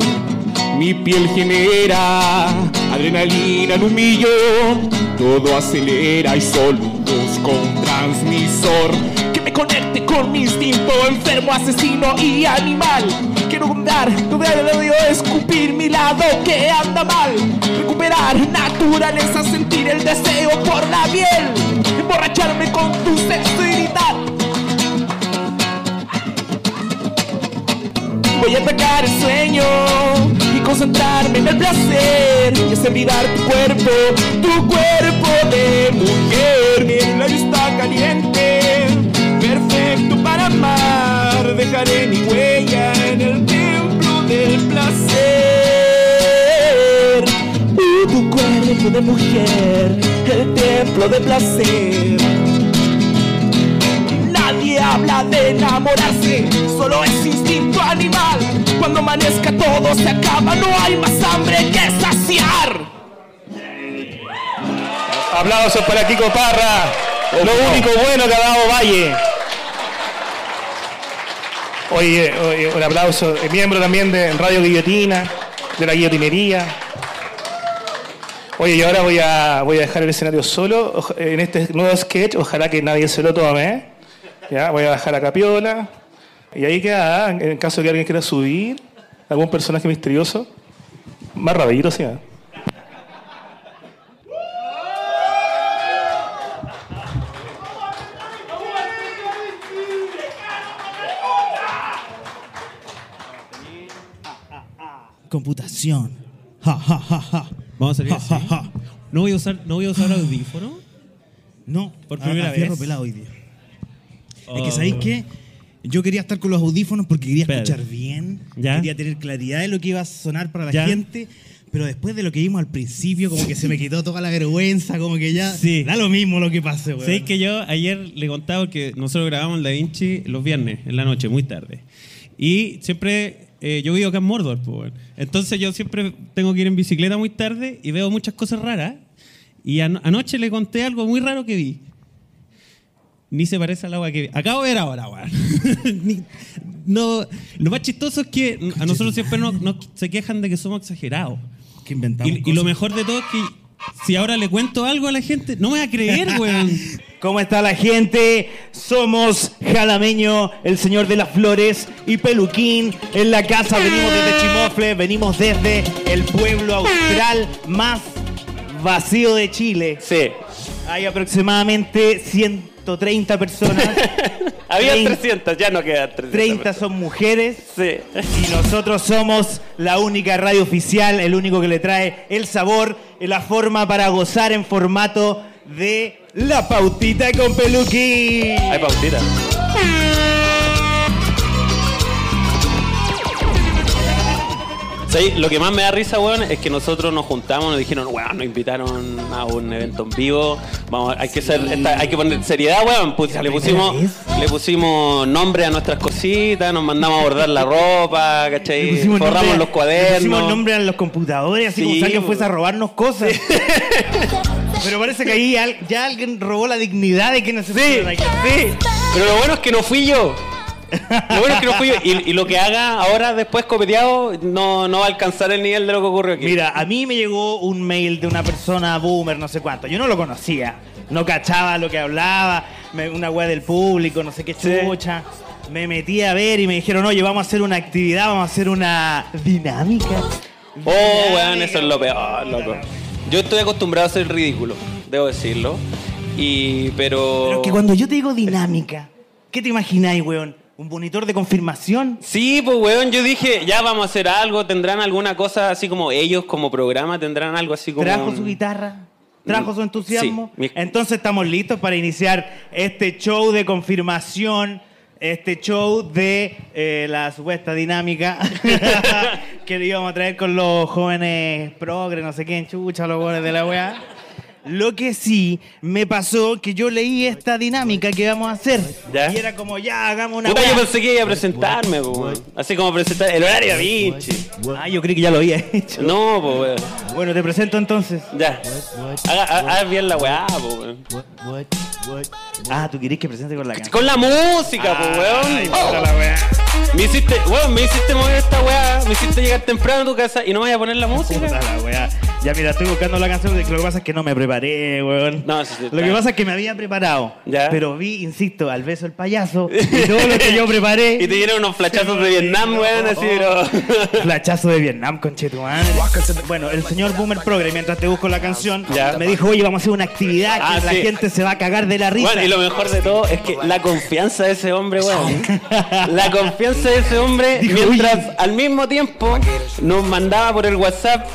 Mi piel genera adrenalina en un millón, todo acelera y solo busco un transmisor que me conecte con mi instinto enfermo, asesino y animal. Quiero fundar, de odio, escupir mi lado que anda mal. Recuperar naturaleza, sentir el deseo por la piel. Emborracharme con tu sexo y gritar. Voy a atacar el sueño y concentrarme en el placer. Y es olvidar tu cuerpo, tu cuerpo de mujer. Mi labio está caliente, perfecto para amar. Dejaré mi huella en el templo del placer. Y tu cuerpo de mujer, el templo del placer. Nadie habla de enamorarse, solo es instinto animal. Cuando amanezca todo se acaba, no hay más hambre que saciar.
Aplausos para Kiko Parra, lo único bueno que ha dado Valle. Oye, oye, eh, un aplauso. Eh, Miembro también de Radio Guillotina, de la guillotinería. Oye, y ahora voy a, voy a dejar el escenario solo oja- en este nuevo sketch. Ojalá que nadie se lo tome. ¿eh? Ya, voy a bajar a Capiola. Y ahí queda, ah, en en caso de que alguien quiera subir, algún personaje misterioso. Más rabillito, sí. ¿eh?
Computación. Ja, ja, ja, ja.
Vamos a salir
Ja,
así.
ja, ja.
No voy a usar, no voy a usar audífono.
No,
Por primera
a- a Ah, fierro
vez.
pelado hoy día. Es
Oh.
que sabéis que yo quería estar con los audífonos porque quería
Espera.
escuchar bien,
¿Ya?
quería tener claridad de lo que iba a sonar para la
¿Ya?
gente, pero después de lo que vimos al principio, como que se me quitó toda la vergüenza, como que ya
Sí.
da lo mismo lo que pase, weón.
Sabéis que yo ayer le contaba que nosotros grabamos en Da Vinci los viernes, en la noche, muy tarde. Y siempre, eh, yo vivo acá en Mordor, pues, weón. entonces yo siempre tengo que ir en bicicleta muy tarde y veo muchas cosas raras. Y ano- anoche le conté algo muy raro que vi. Ni se parece al agua que vi. Acabo de ver ahora, weón. Ni- no, lo más chistoso es que a nosotros siempre nos- nos se quejan de que somos exagerados.
Que inventamos.
Y, y lo
cosas.
mejor de todo es que si ahora le cuento algo a la gente, no me va a creer, weón.
¿Cómo está la gente? Somos Jalameño, el señor de las flores y Peluquín en la casa. Venimos desde Chimofle, venimos desde el pueblo austral más vacío de Chile.
Sí.
Hay aproximadamente 130 personas,
Había
Trein-
300, ya no quedan
30
300.
son mujeres
Sí.
y nosotros somos la única radio oficial, el único que le trae el sabor, la forma para gozar en formato de la pautita con Peluquín.
Hay pautita. Sí, lo que más me da risa, weón, es que nosotros nos juntamos, nos dijeron, weón, nos invitaron a un evento en vivo. Vamos, hay que ser, esta- hay que poner seriedad, weón. Pus- le pusimos, le pusimos nombre a nuestras cositas, nos mandamos a bordar la ropa,
Le
¿cachai?
pusimos
Forramos
nombre- le
los
pusimos
cuadernos.
nombre a los computadores, así
Sí,
como si alguien
bo-
fuese a robarnos cosas. Pero parece que ahí al- ya alguien robó la dignidad de quienes se pusieron aquí.
Sí, pero lo bueno es que no fui yo. Lo bueno es que no fui yo. Y, y lo que haga ahora después comediado no, no va a alcanzar el nivel de lo que ocurrió aquí.
Mira, a mí me llegó un mail de una persona boomer, no sé cuánto. Yo no lo conocía. No cachaba lo que hablaba, me- una web del público, no sé qué chucha. Me metí a ver y me dijeron, oye, vamos a hacer una actividad, vamos a hacer una dinámica.
Oh, weón, eso es lo peor, loco. Yo estoy acostumbrado a ser ridículo, debo decirlo. Y, pero.
Pero es
Oh.
que cuando yo te digo dinámica, ¿qué te imagináis, weón? ¿Un monitor de confirmación?
Sí, pues, weón, yo dije, ya vamos a hacer algo, tendrán alguna cosa así como ellos, como programa, tendrán algo así como.
Trajo
un-
su guitarra. trajo su entusiasmo.
Sí, mi-
Entonces estamos listos para iniciar este show de confirmación, este show de eh, la supuesta dinámica que le íbamos a traer con los jóvenes progres, no sé quién, chucha, los jóvenes de la weá. Lo que sí me pasó que yo leí esta dinámica que vamos a hacer.
Ya.
Y era como, ya, hagamos una
Puta, yo
weá.
pensé que iba a presentarme, po, weón. Así como presentar el horario, bichi.
Ah, yo creí que ya lo había hecho.
No, po, weón.
Bueno, te presento entonces.
Ya. Haga, ha- haz bien la weá, po, weón.
Ah, tú querés que presente con la canción.
Con la música, po, weón.
puta la weá.
Me hiciste, weón, me hiciste mover esta weá. Me hiciste llegar temprano a tu casa y no me vayas a poner la
Puta
música.
la weá. Ya mira, estoy buscando la canción. Lo que pasa es que no me preparé, weón.
No, sí, sí,
Lo que
está.
pasa es que me había preparado.
Ya.
Pero vi, insisto, al beso el payaso. Y todo lo que yo preparé.
Y te dieron unos flachazos de Vietnam, weón, así, pero.
Flachazo de Vietnam, conchetumadre. Bueno, el señor Boomer Progre, mientras te busco la canción,
Ya.
me dijo, oye, vamos a hacer una actividad que
Ah,
la
sí.
gente se va a cagar de la risa.
Bueno, y lo mejor de todo es que la confianza de ese hombre, weón. La confianza de ese hombre,
Dijo,
mientras
"Oye".
al mismo tiempo nos mandaba por el WhatsApp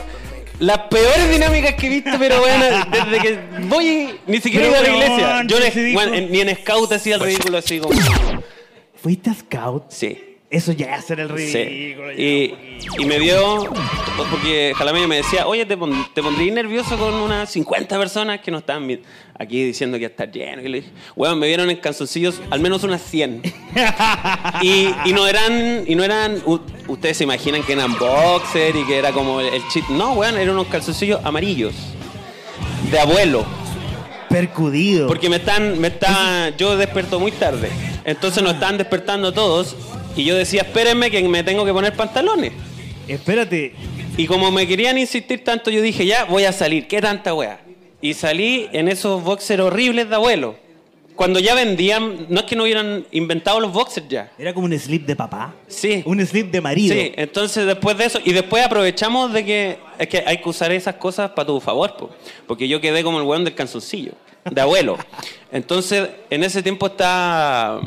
las peores dinámicas que he visto, pero bueno, desde que voy, ni siquiera he ido a la
Pero,
iglesia.
weón,
Yo
¿qué
en-
se dijo?
bueno, en- ni en scout hacía el ridículo así como.
¿Fuiste a scout?
Sí.
Eso ya es ser el
Sí.
ridículo. ya,
Y,
un poquito.
y me dio, porque Jalameño me decía, oye, te, pon- te pondrías nervioso con unas 50 personas que no están mi- aquí diciendo que ya está lleno. Y le dije, weón, me vieron en canzoncillos al menos unas 100. y, y no eran, y no eran u- ustedes se imaginan que eran boxer y que era como el, el chip. No, weón, eran unos calzoncillos amarillos. De abuelo.
Percudido.
Porque me están, me están, yo despierto muy tarde. Entonces nos están despertando todos. Y yo decía, espérenme que me tengo que poner pantalones.
Espérate,
Y como me querían insistir tanto, yo dije, ya, voy a salir. ¿Qué tanta weá? Y salí en esos boxers horribles de abuelo. Cuando ya vendían, no es que no hubieran inventado los boxers ya.
era como un slip de papá.
Sí.
Un slip de marido.
Sí, entonces después de eso, y después aprovechamos de que es que hay que usar esas cosas para tu favor, po. porque yo quedé como el weón del canzoncillo, de abuelo. Entonces, en ese tiempo está,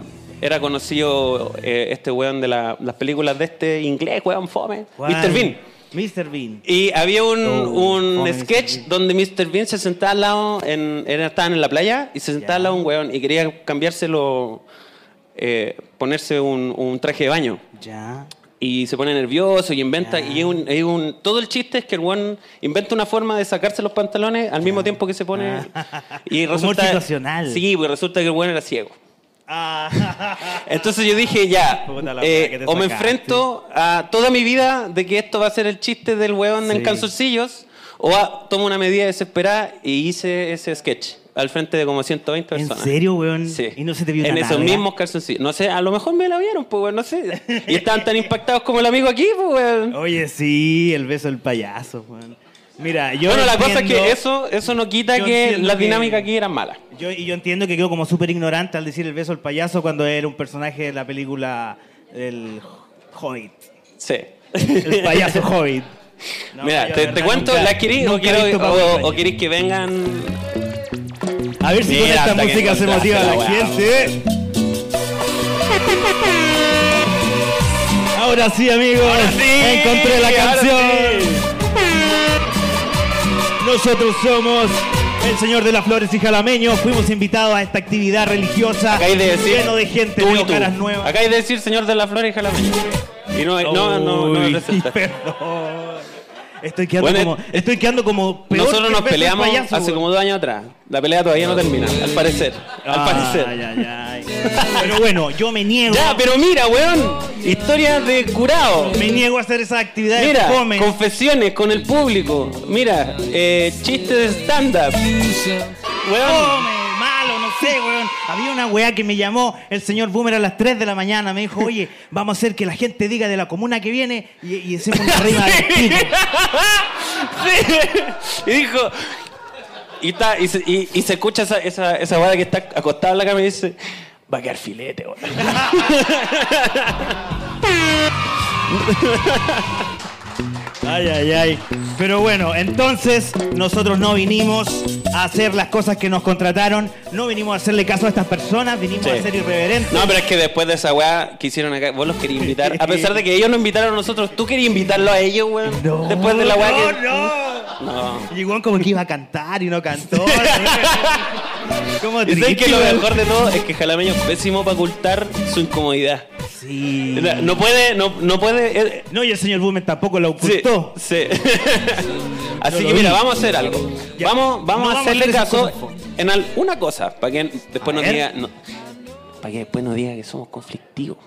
era conocido eh, este weón de la- las películas de este inglés, weón fome,
Juan,
Mr. Bean.
Mr. Bean.
Y había un,
Oh,
un
fome, Mr.
sketch
Bean.
donde Mr. Bean se sentaba al lado, en, era- estaban en la playa, y se sentaba al lado un weón y quería cambiárselo, eh, ponerse un- un traje de baño
Ya.
y se pone nervioso y inventa y es un, es un- todo el chiste es que el one inventa una forma de sacarse los pantalones al mismo tiempo que se pone y
Humor
resulta
situacional.
sí pues resulta que el one era ciego
Ah,
entonces yo dije ya
Puta la wea
eh,
que te
o me
sacaste.
enfrento a toda mi vida de que esto va a ser el chiste del weón en
Sí.
calzoncillos o a- tomo una medida desesperada y hice ese sketch al frente de como 120
¿En
personas
serio, weón?
Sí.
Y no se te vio
En
una
esos
nalga?
mismos calzoncillos. No sé, a lo mejor me la vieron, pues, weón, no sé. Y estaban tan impactados como el amigo aquí, pues, weón.
Oye, sí, el beso del payaso, weón. Mira, yo.
bueno, la cosa es
entiendo-
que eso, eso no quita
yo
que
entiendo
las
que-
dinámicas aquí eran malas.
Yo, y yo entiendo que quedo como súper ignorante al decir el beso del payaso cuando era un personaje de la película El Hobbit.
Sí.
El payaso Hobbit. No,
Mira,
yo
te,
de
te
verdad
cuento,
nunca-
¿la querís o,
nunca he
quiero-
visto Pablo
o,
España.
o querís que vengan?
A ver si
Mira,
con
hasta
esta
que
música se
encontraste
motiva
la
la
weá,
gente. ¿eh? Ahora sí, amigos. encontré la
ahora
canción.
sí.
Nosotros somos el Señor de las Flores y Jalameño. Fuimos invitados a esta actividad religiosa.
Acá hay de decir.
lleno de gente,
tú y
veo
tú.
caras nuevas.
Acá hay de decir señor de la flor y jalameño. Y no, no, no, no, este. me
Uy,
presentaste.
perdón. Estoy quedando
Bueno,
como, estoy quedando como peor que el
Nosotros nos
beso del
peleamos
payaso,
hace
güey. Ah.
como dos años atrás. La pelea todavía no termina, al parecer. Al parecer.
Ay, ay, ay. Pero bueno, yo me niego.
Ya, pero mira, weón. Historias de curado.
Me niego a hacer esas actividades
Mira,
fome.
confesiones con el público. Mira, eh, chistes de stand-up. Weón.
Fome, malo, no sé, weón. Había una weá que me llamó el señor Boomer a las 3 de la mañana. Me dijo, oye, vamos a hacer que la gente diga de la comuna que viene y, y hacemos una rima de destino.
Sí. Y dijo. Y, está, y, se, y- y se escucha esa, esa, esa weá que está acostada en la cama y dice: Va a quedar filete, weón.
Ay, ay, ay. Pero bueno, entonces nosotros no vinimos a hacer las cosas que nos contrataron, no vinimos a hacerle caso a estas personas, vinimos
Sí.
a ser irreverentes.
No, pero es que después de esa weá que hicieron acá, vos los querías invitar. A pesar de que ellos no invitaron a nosotros, tú querías invitarlo a ellos, weón.
No,
después de la weá
no,
que.
no.
No.
Y igual como que iba a cantar y no cantó. como
Y sé que
triste,
lo
weón.
mejor de todo es que Jalameño es pésimo para ocultar su incomodidad.
Sí.
No puede, no, no puede. eh,
No, y el señor Boomer tampoco lo
Sí,
ocultó.
sí. Así
Yo
que
lo
mira,
vi.
vamos a hacer algo.
Ya.
Vamos, vamos
No
a
vamos a
hacerle
hacer esas
caso
cosas, po.
en al- una cosa, para que después
A
no
ver.
diga, no- para que después no diga que somos conflictivos.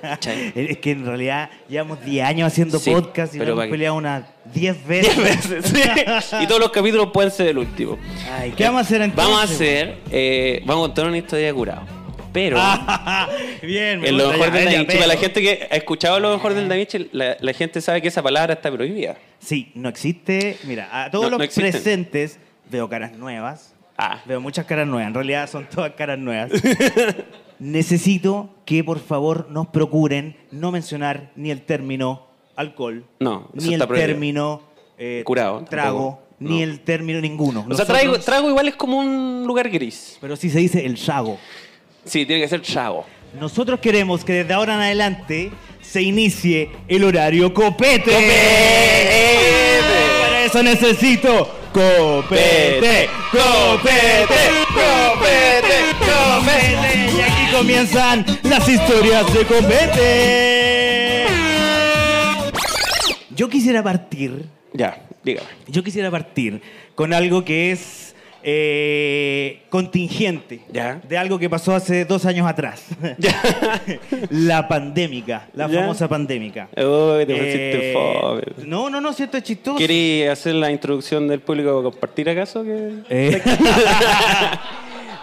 ¿Cachai?
Es que en realidad llevamos 10 años haciendo
Sí,
podcast y nos
pero
hemos
para que-
peleado unas 10 veces.
Diez veces, sí. Y todos los capítulos pueden ser el último.
Ay, ¿qué vamos a hacer entonces?
Vamos a hacer, eh, vamos a contar una historia de curado. Pero
Bien, Ah, me
en lo
gusta,
mejor
ya,
del Da
ya,
Vinci, para la
pero-
gente que ha escuchado lo mejor del Da Vinci, la, la gente sabe que esa palabra está prohibida.
Sí, no existe. Mira, a todos
No,
los
no existen.
presentes veo caras nuevas.
Ah.
Veo muchas caras nuevas. En realidad son todas caras nuevas. Necesito que por favor nos procuren no mencionar ni el término alcohol,
No, eso
ni el
está prohibido.
término eh,
Curado,
trago,
tampoco.
ni
No.
el término ninguno.
O sea,
Nosotros-
trago, trago igual es como un lugar gris.
Pero sí se dice el trago.
Sí, tiene que ser trago.
Nosotros queremos que desde ahora en adelante se inicie el horario copete.
¡Copete!
Para eso necesito copete, copete, copete, copete. Y aquí comienzan las historias de copete. Yo quisiera partir
Ya, dígame.
yo quisiera partir con algo que es eh, contingente,
Ya.
de algo que pasó hace dos años atrás. la pandémica, la
Ya.
famosa pandémica.
Uy, te
Eh,
pusiste fome.
no, no, no, si esto es chistoso.
¿Querí hacer la introducción del público para compartir acaso? Que...
Eh.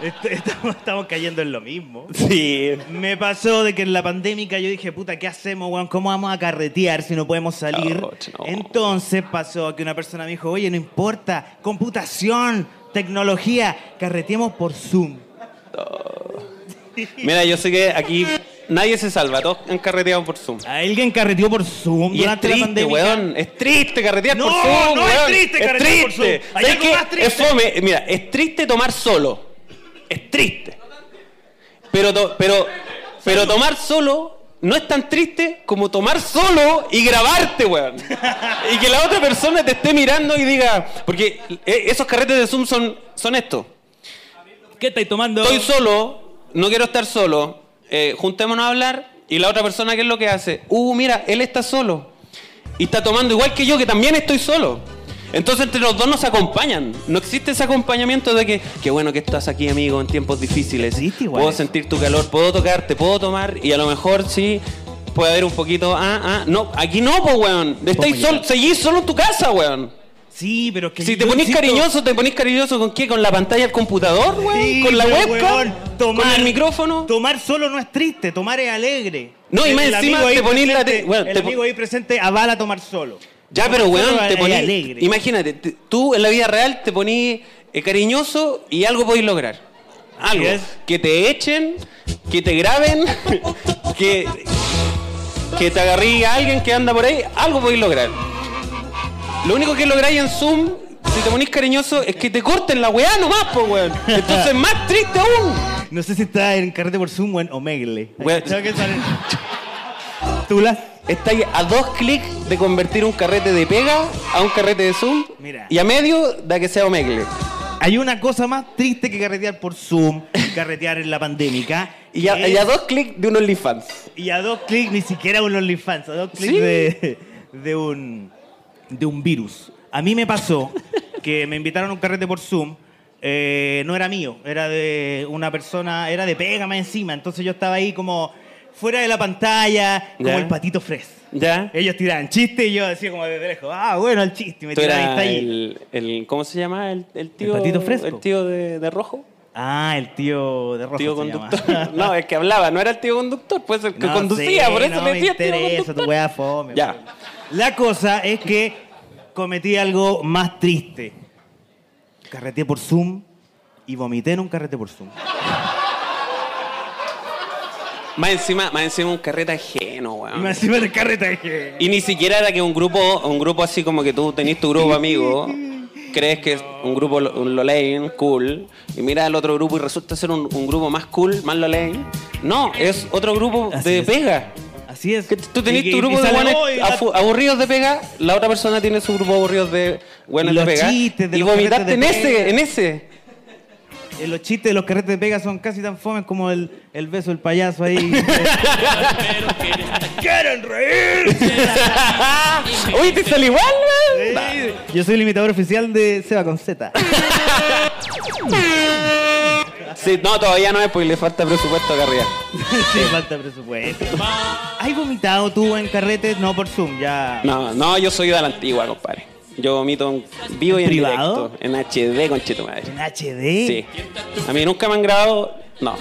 Est- estamos, estamos cayendo en lo mismo.
Sí.
Me pasó de que en la pandémica yo dije, puta, ¿qué hacemos, weón? ¿Cómo vamos a carretear si no podemos salir?
Oh, no.
Entonces pasó que una persona me dijo, oye, no importa, computación, tecnología, carreteemos por Zoom.
Mira, yo sé que aquí nadie se salva, todos han carreteado por Zoom.
¿Alguien carreteó por Zoom
Y es
durante la
triste,
pandemia?
weón. Es triste carretear
No,
por Zoom.
no es
weón.
triste carretear por Zoom. Hay
¿Sabes
algo
qué?
más triste.
Es fome. Mira, es triste tomar solo. Es triste. Pero, to- pero, pero tomar solo no es tan triste como tomar solo y grabarte, weón. y que la otra persona te esté mirando y diga. Porque eh, esos carretes de Zoom son, son esto.
¿Qué estáis tomando?
Estoy solo, no quiero estar solo. eh, juntémonos a hablar. Y la otra persona, ¿qué es lo que hace? Uh, mira, él está solo. Y está tomando igual que yo, que también estoy solo. Entonces entre los dos nos acompañan. No existe ese acompañamiento de que, qué bueno que estás aquí, amigo, en tiempos difíciles.
triste igual
Puedo
eso.
sentir tu calor, puedo tocarte, puedo tomar. Y a lo mejor sí puede haber un poquito. Ah, ah, no, aquí no, pues, weón. Estáis
llegar.
sol, seguís solo en tu casa, weón.
Sí, pero es que...
Si
yo
te ponís
insisto-
cariñoso, ¿te ponís cariñoso con qué? ¿Con la pantalla del computador, güey?
Sí,
¿Con la
pero,
webcam?
weón, tomar-
¿Con el micrófono?
Tomar solo no es triste, tomar es alegre.
No, y más encima
amigo ahí
te ponís la
presente-
te- weón,
El
te pon-
amigo ahí presente avala tomar solo.
Ya,
Tomar
pero
solo
weón, te
es
ponís...
alegre.
Imagínate, te- tú en la vida real te ponís eh, cariñoso y algo podéis lograr. Algo.
Así es.
Que te echen, que te graben, que, que te agarrí a alguien que anda por ahí, algo podéis lograr. Lo único que lográis en Zoom, si te ponís cariñoso, es que te corten la weá nomás, pues, weón. Entonces más triste aún.
No sé si está en carrete por Zoom o en Omegle.
Weón.
¿Sabes qué sale? Tula.
Estáis a dos clics de convertir un carrete de pega a un carrete de Zoom
Mira.
y a medio de que sea Omegle.
Hay una cosa más triste que carretear por Zoom, carretear en la pandémica.
Y a,
que
y a
es-
dos clics de un OnlyFans.
y a dos clics, ni siquiera un OnlyFans, a dos clics
Sí.
de, de un, de un virus. A mí me pasó que me invitaron a un carrete por Zoom. eh, no era mío, era de una persona, era de pega más encima. Entonces yo estaba ahí como fuera de la pantalla, como
Ya.
el patito fresco.
¿Ya?
Ellos tiraban chistes y yo decía como desde lejos, ah, bueno, el chiste. Y me
Tú
tiraba y
eras
está ahí.
el, el- ¿Cómo se llama? El, tío.
El patito fresco.
El tío de, de rojo.
Ah, el tío de rojo
Tío
se
conductor.
llama.
No, es que hablaba, no era el tío conductor, pues el que
No
conducía,
sé,
por eso
no
le
me
decía tío
interesa,
conductor.
tu weá fome.
Ya.
weón. La cosa es que cometí algo más triste. Carreteé por Zoom y vomité en un carrete por Zoom.
Ah. Más encima, más encima un carrete ajeno,
Y
weón.
me encima del carrete.
Y ni siquiera era que un grupo, un grupo así como que tú tenés tu grupo amigo, crees que es un grupo lo- un Lolain, cool, y mira al otro grupo y resulta ser un, un grupo más cool, más Lolain. No, es otro grupo
Así
de
es.
pega.
Así es.
Que tú
Y-
tenés
y-
tu
y
grupo de
sale,
guanes
"Oh, y la-
afu- aburridos de pega, la otra persona tiene su grupo aburridos de guanes de
Los
pega.
chistes de
y
los
vomitaste en
carretes de
ese,
pega.
en ese.
eh, los chistes de los carretes de pega son casi tan fomes como el, el beso del payaso ahí. ¡Quieren reír!
Uy, te sale igual, weón.
Yo soy el imitador oficial de Seba Conceta.
Sí, no, todavía no es porque le falta presupuesto acá arriba.
sí, falta presupuesto. ¿Has vomitado tú en carretes? No, por Zoom, ya.
No, no, yo soy de la antigua, compadre. Yo vomito en vivo y en
¿Privado?
directo. En HD, conche tu madre.
¿En HD?
Sí. A mí nunca me han grabado. No, no.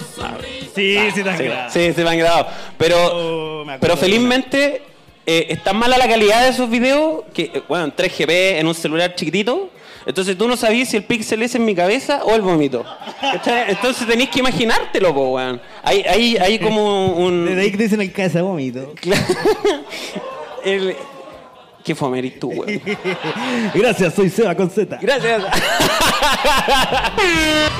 Sí,
Ah,
sí, tan
sí,
grave.
sí, sí, me han grabado. Pero,
Oh, me acuerdo
pero
de
felizmente eh, es tan mala la calidad de esos videos que, eh, bueno, en 3 GB en un celular chiquitito. Entonces tú no sabías si el píxel es en mi cabeza o el vómito. ¿Cachai? Entonces tenés que imaginártelo, po, weón. Hay, hay, hay como un.
Desde ahí que te dicen el casa vómito.
el- Qué fome eres tú, weón.
Gracias, soy Seba Conceta.
Gracias.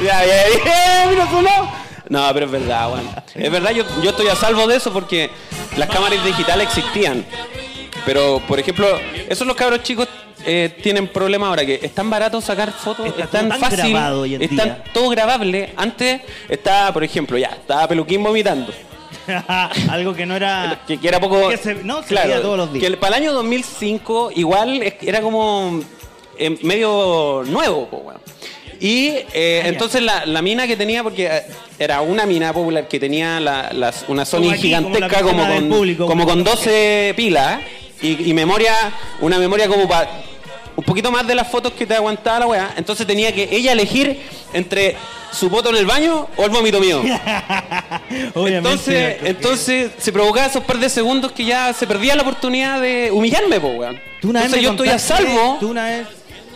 ya, ya, ya, mira su lado. No, pero es verdad, weón. Es verdad, yo, yo estoy a salvo de eso porque las cámaras digitales existían. Pero, por ejemplo, esos los cabros chicos eh, tienen problemas ahora que es tan barato sacar fotos,
Está
es tan
todo tan
fácil,
grabado hoy en
es tan
día.
todo grabable. Antes estaba, por ejemplo, ya, estaba Peluquín vomitando.
Algo que no era.
Que, que era poco.
Que se- no, se veía todos los días.
Que el- para el año 2005 igual es- era como eh, medio nuevo, po, weón. Y eh, entonces la, la mina que tenía, porque eh, era una mina popular que tenía la- las- una Sony
Como aquí,
gigantesca
como
como,
la persona
con,
del público,
como
una
con
cosa
12 pilas y, y memoria, una memoria como para un poquito más de las fotos que te aguantaba la weá. Entonces tenía que ella elegir entre su voto en el baño o el vómito mío.
Obviamente.
Entonces, entonces se provocaba esos par de segundos que ya se perdía la oportunidad de humillarme, po, weón.
Tú una vez
eh, Entonces
me
yo estoy a
contaste-
salvo
Tú una vez.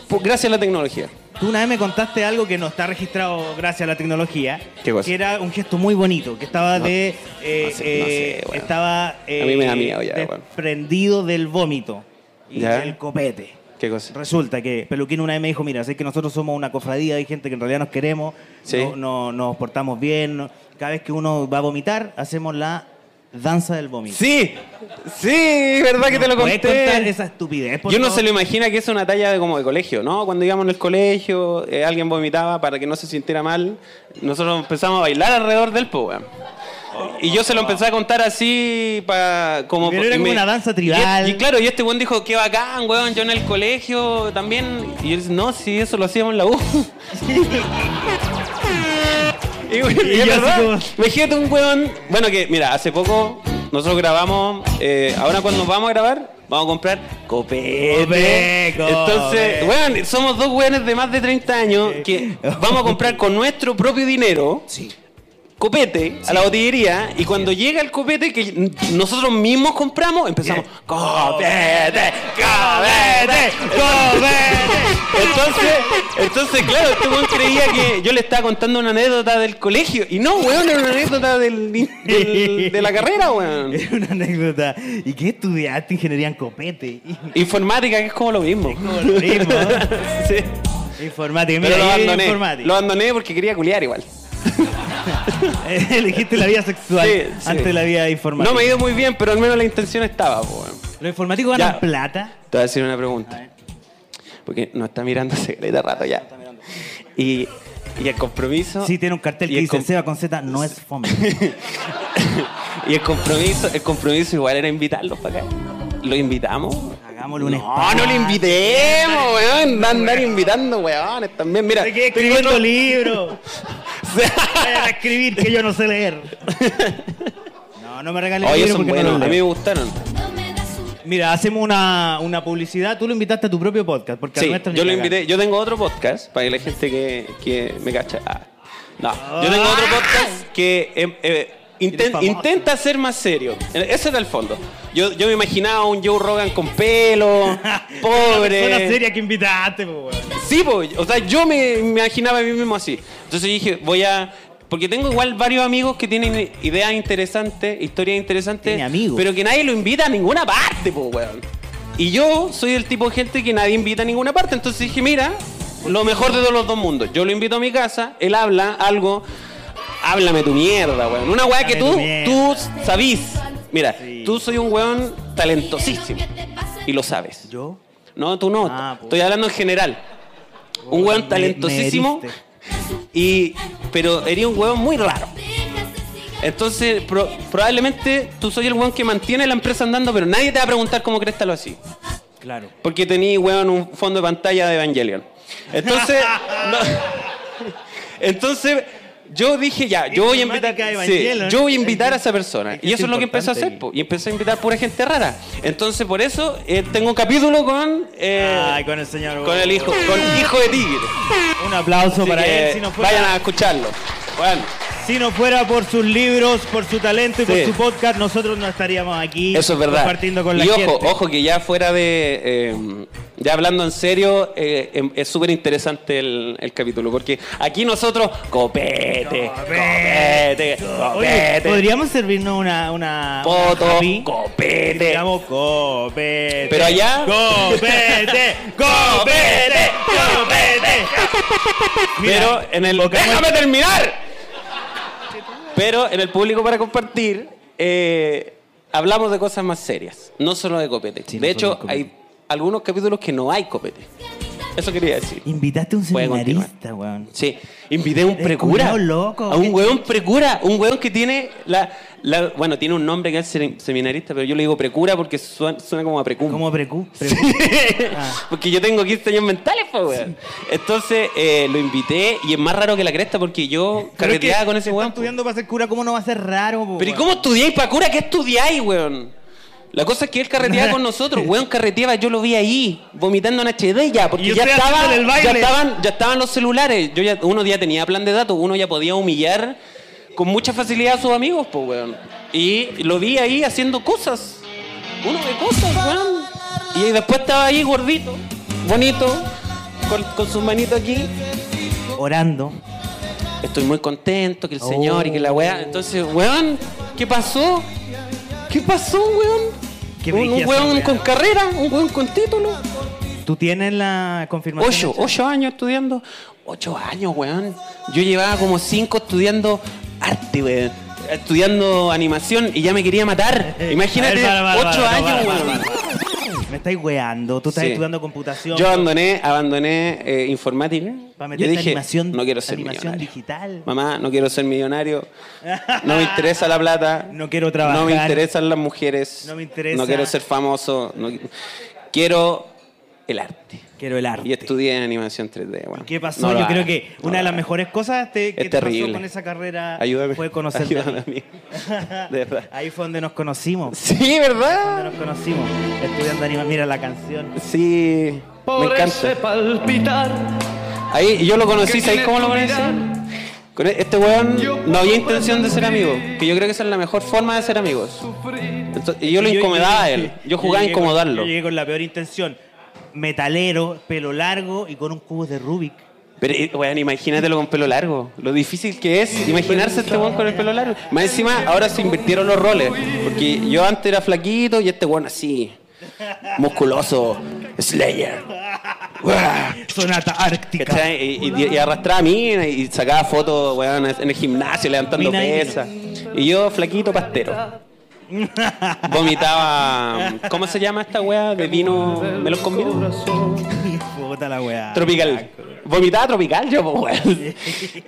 por- gracias a la tecnología.
Tú una vez me contaste algo que no está registrado gracias a la tecnología,
¿Qué cosa?
que era un gesto muy bonito, que estaba de, eh,
no sé, no sé,
eh,
weón.
estaba eh,
A mí me da miedo ya, weón.
desprendido del vómito y
¿Ya?
del copete.
¿Qué cosa?
Resulta que Peluquín una vez me dijo, mira, sé que nosotros somos una cofradía, hay gente que en realidad nos queremos,
Sí.
no- no- nos portamos bien, no- cada vez que uno va a vomitar, hacemos la danza del vómito.
Sí, sí, verdad que te lo
¿Puedes contar
conté.
esa estupidez? por
Yo no
favor?
se lo imagina que es una talla de como de colegio, ¿no? Cuando íbamos en el colegio, eh, alguien vomitaba para que no se sintiera mal. Nosotros empezamos a bailar alrededor del po, weón. Y yo se lo empecé a contar así, pa, como...
Pero era
y
como una danza tribal.
Y, y claro, y este buen dijo, qué bacán, weón, yo en el colegio también. Y él dice, no, sí, eso lo hacíamos en la U. y bueno,
Y
y
yo así
es verdad,
como-
imagínate un weón... Bueno, que mira, hace poco nosotros grabamos, eh, ahora cuando nos vamos a grabar, vamos a comprar copete.
Copete, copete.
Entonces, weón, somos dos weones de más de 30 años que vamos a comprar con nuestro propio dinero copete a la botillería y cuando llega el copete que n- nosotros mismos compramos, empezamos copete, copete, copete. Entonces, entonces claro, este weón creía que yo le estaba contando una anécdota del colegio y no, weón, era una anécdota del, del- de la carrera, weón.
Es una anécdota. ¿Y qué estudiaste? Ingeniería en copete.
Informática, que es como lo mismo.
como lo mismo, ¿no?
sí.
Informática.
Pero
Mira,
lo
ahí
abandoné.
informática.
Lo abandoné porque quería culiar igual.
Elegiste la vida sexual
Sí, sí.
antes de la vida informática.
No me ha ido muy bien, pero al menos la intención estaba, po, weón.
¿Los informáticos ganan
Ya.
plata?
Te voy a hacer una pregunta. Porque nos está mirando hace caleta rato ya. Y, y el compromiso.
Sí, tiene un cartel
y
que
el
dice
com-
Seba con Z no es fome.
Y el compromiso, el compromiso igual era invitarlos para acá. ¿Lo invitamos?
Hagámosle un
No, no lo invitemos, weón. Van a andar invitando, weones también. Mira,
¿De qué
estoy
escribiendo
viendo-
libros? Vayan a escribir que yo no sé leer. No, no me regales
Oye,
libros
son
porque
buenos.
no
A
los
mí me
leo.
gustaron.
Mira, hacemos una, una publicidad. Tú lo invitaste a tu propio podcast. Porque
Sí,
al nuestro ni
yo lo
cagando.
invité. Yo tengo otro podcast para que la gente que, que me cacha. ah, no, yo tengo otro podcast que eh, eh,
Ah.
inten-
Eres famoso.
intenta ser más serio. Ese era el fondo. Yo, yo me imaginaba un Joe Rogan con pelo,
Una
pobre.
seria que invitaste, po, weón.
Sí, po, o sea, yo me me imaginaba a mí mismo así. Entonces dije, voy a. Porque tengo igual varios amigos que tienen ideas interesantes, historias interesantes.
Tiene amigos.
Pero que nadie lo invita a ninguna parte, po, weón. Y yo soy del tipo de gente que nadie invita a ninguna parte. Entonces dije, mira, lo mejor de todos los dos mundos. Yo lo invito a mi casa, él habla algo. Háblame tu mierda, weón. Una weá que
Háblame
tú,
tu mierda.
tú sabís. Mira, tú soy un weón talentosísimo. Y lo sabes.
¿Yo?
No, tú no.
Ah,
Estoy hablando en general. Un
Puta,
weón
me-
talentosísimo.
me heriste.
y, pero eres un weón muy raro. Entonces, pro- probablemente tú soy el weón que mantiene la empresa andando, pero nadie te va a preguntar cómo crees lo así.
Claro.
Porque tení, weón, un fondo de pantalla de Evangelion. Entonces, no- entonces yo dije, ya, yo voy a invitar,
Informática de
sí,
Evangelion.
yo voy a, invitar a
Es que-
esa persona.
es que
y
es
eso es lo que empecé a
importante
hacer,
y-
po, y empecé a invitar pura gente rara. Entonces, por eso, eh, tengo un capítulo con, eh,
Ay, con el señor.
con el hijo, con Hijo de Tigre.
Un aplauso
Así
para
que
él. Si no,
Vayan a
fuera,
escucharlo. Bueno,
si no fuera por sus libros, por su talento y
Sí.
por su podcast, nosotros no estaríamos aquí
eso es verdad.
compartiendo con la
y ojo,
gente.
ojo que ya fuera de, eh, ya hablando en serio, eh, em- es súper interesante el, el capítulo porque aquí nosotros copete, copete,
Oye,
copete,
podríamos servirnos una. una una
poto,
Javi? Y
copete.
digamos, copete.
Pero allá-
Copete, copete, copete.
Pero en el
Pokémon-
déjame terminar. Pero en el público para compartir eh, hablamos de cosas más serias, no solo de copete.
Sí, no solo
de hecho,
de copete.
hay algunos capítulos que no hay copete. Eso quería decir.
Invitaste a un
Puede continuar.
seminarista, weón.
Sí, invité a un
Eres
precura.
culiao loco.
a un weón precura, un weón que tiene la, la- bueno, tiene un nombre que es seri- seminarista, pero yo le digo precura porque suena, suena como a precum.
Como precu. precu- Ah.
Porque yo tengo 15 años mentales, pues, weón. Entonces eh, lo invité y es más raro que la cresta porque yo
Pero es que
carreteaba con ese
está
weón. po.
estudiando para ser cura, ¿cómo no va a ser raro? po,
Pero ¿y
weón?
cómo estudiáis para cura? ¿Qué estudiáis, weón? La cosa es que él carreteaba con nosotros, weón, carreteaba, yo lo vi ahí, vomitando en HD ya,
Y
porque ya
usted
estaba,
haciéndole el baile.
ya estaban, ya estaban los celulares, yo ya, uno ya tenía plan de datos, uno ya podía humillar con mucha facilidad a sus amigos, pues weón. Y lo vi ahí haciendo cosas. Uno de cosas, weón. Y después estaba ahí gordito, bonito, con, con sus manitos aquí.
Orando.
Estoy muy contento, que el
Oh.
señor y que la weá. Entonces, weón, ¿qué pasó? ¿Qué pasó, weón?
Qué
un, un
brígida esa
weón
weá.
con carrera, un weón con título.
¿Tú tienes la confirmación?
Ocho, ocho años estudiando. Ocho años, weón. Yo llevaba como cinco estudiando arte, weón. Estudiando animación y ya me quería matar.
Eh, eh,
Imagínate,
a ver, para, para,
ocho
para,
años,
para,
weón.
para, para. Me estáis weando. Tú estás
Sí.
estudiando computación.
Yo abandoné, abandoné eh, informática.
Para
Yo
meterte
dije,
animación-
no quiero ser
animación
millonario.
digital.
Mamá, no quiero ser millonario. No me interesa la plata.
No quiero trabajar.
No me interesan las mujeres.
No me interesa.
No quiero ser famoso. No qui- quiero el arte.
Quiero el arte.
Y estudié en animación 3D. weón.
¿Qué pasó?
No lo
Yo
hagas,
creo que una de
no lo
las
hagas.
mejores cosas te- que
Es
te pasó
terrible.
con esa carrera
Ayúdame.
fue conocerme. a
ayúdame,
mí.
amigo. De verdad.
Ahí fue donde nos conocimos.
Sí,
Donde
¿verdad?
nos conocimos. Estudiando anima. Mira la canción.
Sí. Me
Por ese
encanta.
palpitar.
Ahí, yo lo conocí,
que
¿sabes
tiene
cómo lo
tu
conocí?
mirar,
Con e- Este weón
Yo
no había
puedo
intención de ser amigo,
vivir.
que yo creo que esa es la mejor forma de ser amigos.
sufrir.
Entonces, y yo lo incomodaba a él, yo jugaba a
llegué con-
incomodarlo.
Yo llegué con la peor intención. Metalero, pelo largo y con un cubo de Rubik.
Pero, eh, weón, imagínatelo con pelo largo, lo difícil que es imaginarse a este weón con el pelo largo. Más encima, ahora se invirtieron los roles, porque yo antes era flaquito y este weón así, musculoso, Slayer. Uah.
Sonata Ártica.
¿Cachai? Y, y- y arrastraba a mí y sacaba fotos weón, en el gimnasio levantando
Mina y
pesas. Y yo, flaquito pastero. Vomitaba. ¿Cómo se llama esta weá? De vino. melón con vino?
Puta la weá.
Tropical. Vomitaba tropical yo, po, weón.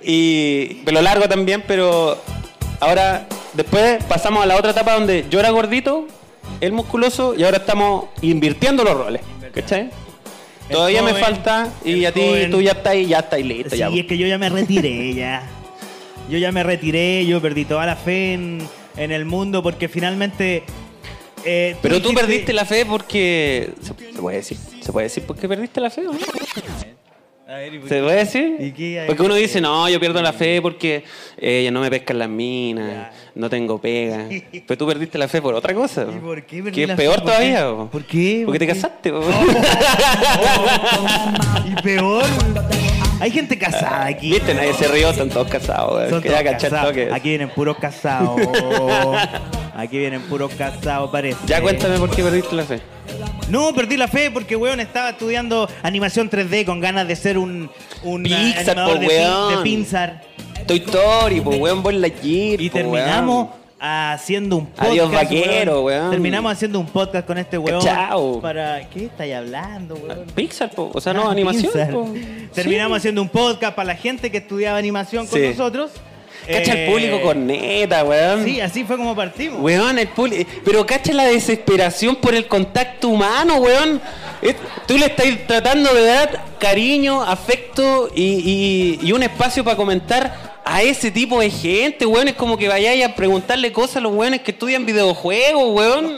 Y pelo largo también, pero ahora, después pasamos a la otra etapa donde yo era gordito, él musculoso, y ahora estamos invirtiendo los roles. ¿Cachai?
El
Todavía me
joven,
falta y
el
a ti
joven.
tú ya estás ahí, ya estás ahí listo.
Sí,
ya, pues. po.
es que yo ya me retiré ya. Yo ya me retiré, yo perdí toda la fe en, en el mundo porque finalmente. eh,
Pero tú
dijiste-
perdiste la fe porque. ¿Se, se puede decir? ¿Se puede decir por qué perdiste la fe? o no?
A ver, ¿y por
¿Se
qué?
puede decir?
¿Y qué hay
Porque uno
que-
dice, no, yo pierdo la fe porque eh, ya no me pescan las minas, no tengo pega. Pero tú perdiste la fe por otra cosa.
¿Y por qué perdí
Que
la
es
fe? ¿Por
peor
qué?
todavía. po.
¿Por qué?
Porque te
¿Por qué?
casaste. po.
Y peor. Hay gente casada aquí.
Viste, nadie se rió, están todos casados. weón.
Son
Que ya
todos
cachar
casados.
todo que-
Aquí vienen puros casados. Aquí vienen puros casados, parece.
Ya cuéntame por qué perdiste la fe.
No, perdí la fe porque, weón, estaba estudiando animación 3D con ganas de ser un, un
Pixar,
animador
po,
de, pin-
weón.
de Pixar.
Toy Story, pues weón, Buzz Lightyear.
Y
po, weón.
terminamos haciendo un podcast.
Adiós, vaquero, weón.
Terminamos haciendo un podcast con este weón.
Cachao.
Para... ¿Qué estáis hablando, weón?
Pixar, po. o sea, no,
Ah,
animación.
Pixar.
po.
Terminamos
Sí.
haciendo un podcast para la gente que estudiaba animación con
Sí.
nosotros.
Cacha
Eh,
el público corneta, weón.
Sí, así fue como partimos.
Weón, el público. Pero cacha la desesperación por el contacto humano, weón. Es- Tú le estás tratando de dar cariño, afecto y, y- y un espacio para comentar a ese tipo de gente, weón. Es como que vayáis a preguntarle cosas a los weones que estudian videojuegos, weón.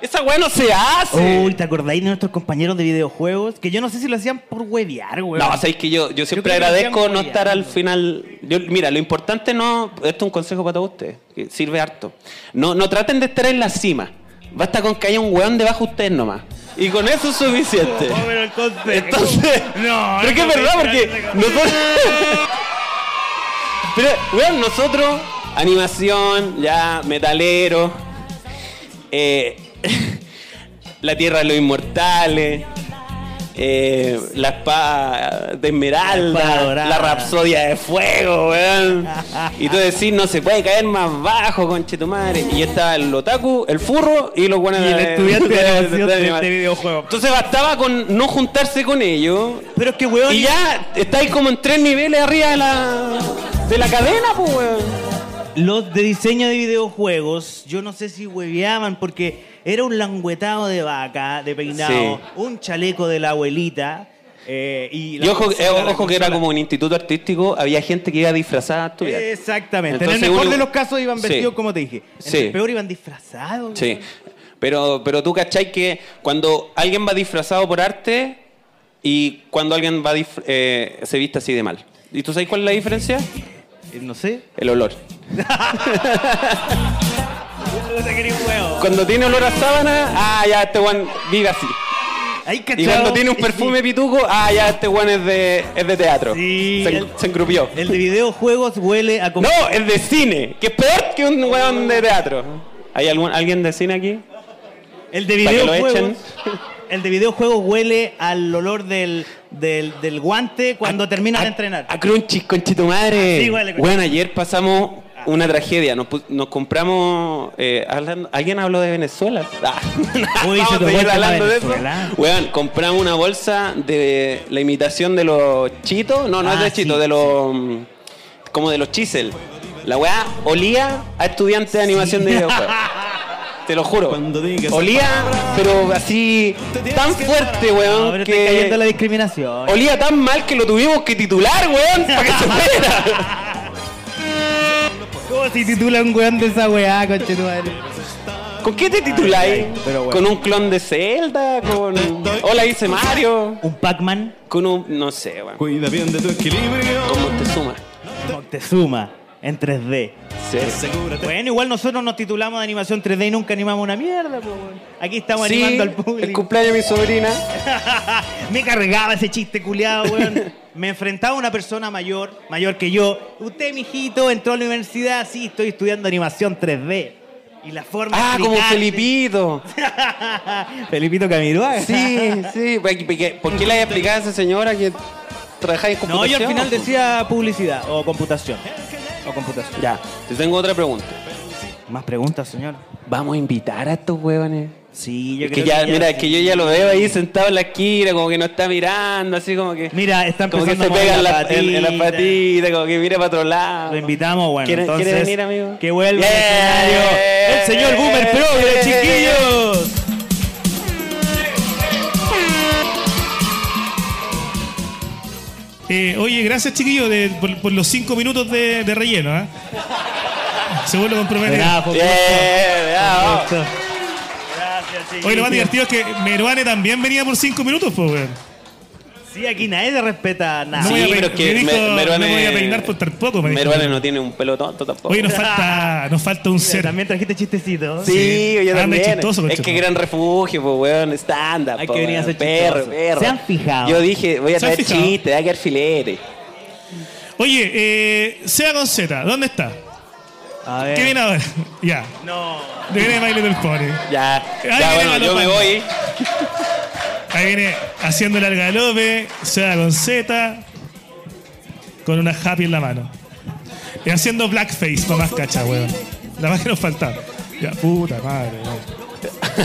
Esa weón no se hace.
Uy, ¿te acordáis de nuestros compañeros de videojuegos? Que yo no sé si lo hacían por huevear, weón.
No, sabéis que yo, yo siempre
creo que
agradezco
hacían
no estar al
apoyando.
final. Yo- mira, lo importante no. Esto es un consejo para todos ustedes, que sirve harto. No, no traten de estar en la cima. Basta con que haya un weón debajo de ustedes nomás. Y con eso es suficiente.
Oh, pero el concepto.
Entonces.
No,
Pero es que es
no,
verdad,
no,
porque
no, no.
nosotros. Pero, weón, nosotros, animación, ya, metalero. eh, la tierra de los inmortales. eh, la espada de
La espada
esmeralda, la,
dorada.
rapsodia de fuego, weón. Y tú decís, no se puede caer más bajo, conche tu madre. Y está el otaku, el furro y los buenos
Y el estudiante de animación de
anima-
este videojuego.
Entonces bastaba con no juntarse con ellos
Pero es que, weón.
y ya estáis como en tres niveles arriba de la, de la cadena, pues, weón.
Los de diseño de videojuegos, yo no sé si hueveaban porque era un languetado de vaca, de peinado,
Sí.
un chaleco de la abuelita. eh, y la
Y ojo,
consola,
eh,
la
ojo que era
consola.
como un instituto artístico, había gente que iba disfrazada a estudiar.
Exactamente. en
Entonces,
el mejor
uno-
de los casos iban
Sí.
vestidos como te dije. En
Sí.
el peor iban disfrazados.
Sí. Pero, pero tú cachai que cuando alguien va disfrazado por arte y cuando alguien va dif- eh, se viste así de mal. ¿Y tú sabes cuál es la diferencia?
Eh, No sé.
El olor.
No sé qué era un huevo.
Cuando tiene olor a sábana, ah, ya este weón vive así.
Ahí,
Y
cachao,
cuando tiene un
el-
perfume pituco, ah, ya este weón es de, es de teatro.
Sí,
se,
el-
se engrupió.
El de videojuegos huele a... com-
No, es de cine, que es peor que un weón de teatro. ¿Hay algún, alguien de cine aquí?
El de
Para que lo
videojuegos...
echen.
El de videojuegos huele al olor del, del, del guante cuando terminas
a,
de entrenar.
A Crunchy, conchito madre.
Ah, sí, huele, conchito.
bueno, ayer pasamos
Ah.
una tragedia. Nos, pu- nos compramos. eh, hablando- ¿Alguien habló de Venezuela? Ah,
Uy, se
vamos
tocó
a
el
seguir
tema
hablando de eso.
Venezuela.
Weón, compramos una bolsa de la imitación de los chitos. No, no es
Ah,
de chito,
sí,
de los. mm, Como de los chisel. La weá olía a estudiante de animación de videojuegos. Te lo juro. Olía, pero así tan fuerte,
No,
weón.
pero está
que
cayendo la discriminación.
Olía tan mal que lo tuvimos que titular, weón, para que se fuera.
¿Cómo se titula un weón de esa weá, conchetumadre?
¿Con qué te tituláis? ¿Con un clon de Zelda? ¿Con. Hola, dice Mario?
¿Un Pac-Man?
Con un. No sé, weón.
Cuida bien de tu equilibrio.
Con Montezuma.
Moctezuma en 3D.
Sí.
Asegúrate.
Bueno, igual nosotros nos titulamos de animación 3D y nunca animamos una mierda, po, weón. Aquí estamos
Sí,
animando al
el
público.
cumpleaños de mi sobrina.
Me cargaba ese chiste culiado, weón. Me enfrentaba a una persona mayor, mayor que yo. Usted, mijito, entró a la universidad, sí, estoy estudiando animación 3D. Y la forma de
Ah, como
explicarle-
Felipito.
Felipito Camiroaga.
Sí, sí. ¿Por qué- ¿Por qué le explicado a esa señora que trabajáis en
No, yo
computación?
al final decía publicidad o computación. O computación.
Ya, te tengo otra pregunta.
Más preguntas, señor.
¿Vamos a invitar a estos huevones?
Sí, yo
Es que
creo
ya, mira,
sí.
es que yo ya lo veo ahí sentado en la esquina, como que no está mirando, así como que.
Mira, está
como que
empezando
se
a mover
pega en
la
la, en- en la
patita.
patita, como que mira para otro lado.
Lo invitamos, bueno,
¿Quiere,
entonces.
quiere venir, amigo?
Que vuelva al escenario
Yeah.
el señor Boomer Progre, chiquillos.
Eh, oye, gracias, chiquillo, de- por, por los cinco minutos de, de relleno. ¿ah? Se vuelve comprometido.
Bravo,
Yeah, bravo.
gusto.
Oye, lo más divertido es que Meruane también venía por cinco minutos, pues, weón.
Sí, aquí nadie se respeta nada.
No
Sí,
voy a pe-
pero es que
me dijo,
Me-
no
Meruane-
voy a peinar por tampoco, me dijo.
Meruane no tiene un pelo tonto tampoco.
Oye, nos falta, nos falta un
Mira,
ser.
También trajiste chistecitos.
sí,
sí.
yo
Anda
también.
chistoso,
es
concha.
que gran refugio, pues, weón, estándar.
Hay que venir a hacer
perro,
chistoso.
perro.
¿Se han fijado?
Yo dije, voy a
¿Se han
traer
fijado?
chiste, hay que alfilete.
Oye, eh, Sea con Z, ¿dónde está?
A
¿Qué
ver.
viene ahora? ya,
No.
de viene baile del pony.
Ya, ya,
viene
bueno,
Galo
yo me
Pando.
voy.
Ahí viene haciéndole al galope, Sea con Z, con una happy en la mano. Y haciendo blackface, con más cacha, weón. La más que nos faltaba. Ya, puta madre. madre.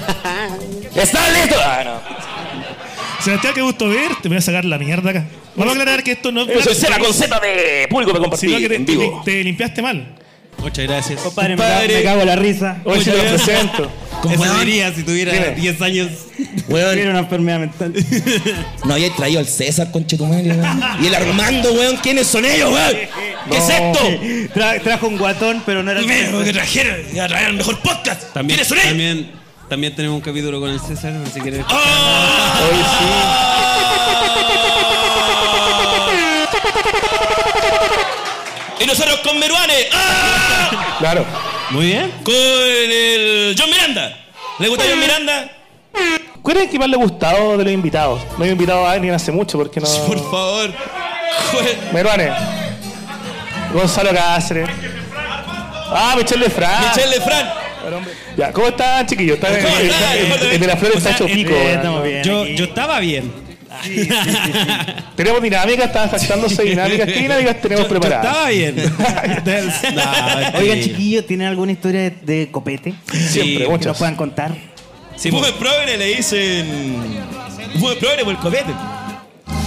¿Estás listo? Ah, no.
Sebastián, qué gusto verte. Me voy a sacar la mierda acá. Vamos a aclarar que esto no
Yo
es.
soy Cera con Z de público me compartí
sino que te,
en
te-
vivo.
te limpiaste mal.
Muchas gracias.
Compadre, me ca- me cago en la risa.
Hoy sí te lo
¿eh?
presento.
Como
Weón.
diría si tuviera 10 años.
Weón,
Tiene una enfermedad mental.
no había traído al César, conchetumario, weón. Y el Armando, weón, ¿quiénes son ellos, weón? ¿Qué es esto?
Tra- trajo un guatón, pero no era.
Primero que trajeron, que trajeron el mejor podcast.
También,
¿Quiénes son ellos?
también, también tenemos un capítulo con el César, si quieres.
Y nosotros con Meruane, ¡ah!
Claro.
Muy bien.
con el John Miranda. ¿Le gusta John Miranda?
¿Cuál es el que más le ha gustado de los invitados? No he invitado a alguien hace mucho porque no.
Por favor. Joder.
Meruane. Gonzalo Cáceres. Ah, Michelle de Fran.
Michelle Lefran.
Ya, ¿cómo están, chiquillos? ¿Están
¿Cómo
el,
están?
el- el- el de las flores está hecho pico.
Eh,
weón.
estamos bien.
Yo,
aquí.
yo estaba bien.
Tenemos dinámicas, están saltándose dinámicas. ¿Qué dinámicas tenemos
Yo- yo
preparadas?
estaba bien. No,
Oigan,
sí.
chiquillos, ¿tienen alguna historia de, de copete?
Siempre,
Que nos
muchas.
puedan contar.
Sí, pues. po.
Fume progre le dicen. Fume progre por el copete.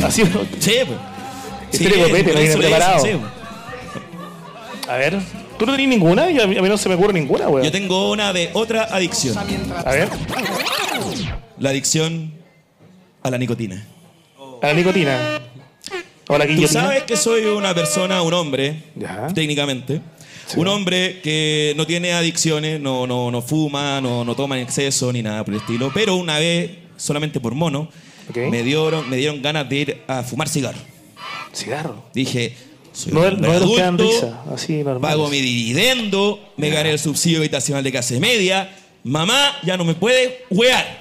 Así, Este
Sí, pues.
Historia de copete, no viene preparado.
sí, po.
pues.
a ver. ¿Tú no tenés ninguna? Yo- a mí no se me ocurre ninguna,
Yo
weón.
tengo una de otra adicción.
A ver.
La adicción a la nicotina.
A la nicotina. O a la
Tú
guillotina.
sabes que soy una persona, un hombre,
Ya.
técnicamente. Un hombre que no tiene adicciones, no, no, no fuma, no, no toma en exceso ni nada por el estilo. Pero una vez, solamente por mono,
Ok.
me, dieron, me dieron ganas de ir a fumar cigarro.
Cigarro.
Dije, soy
No,
un
de-
hombre
no de los que dan
adulto,
risa, así normal.
Pago mi dividendo, me gané el subsidio habitacional de clase media. Mamá ya no me puede huear.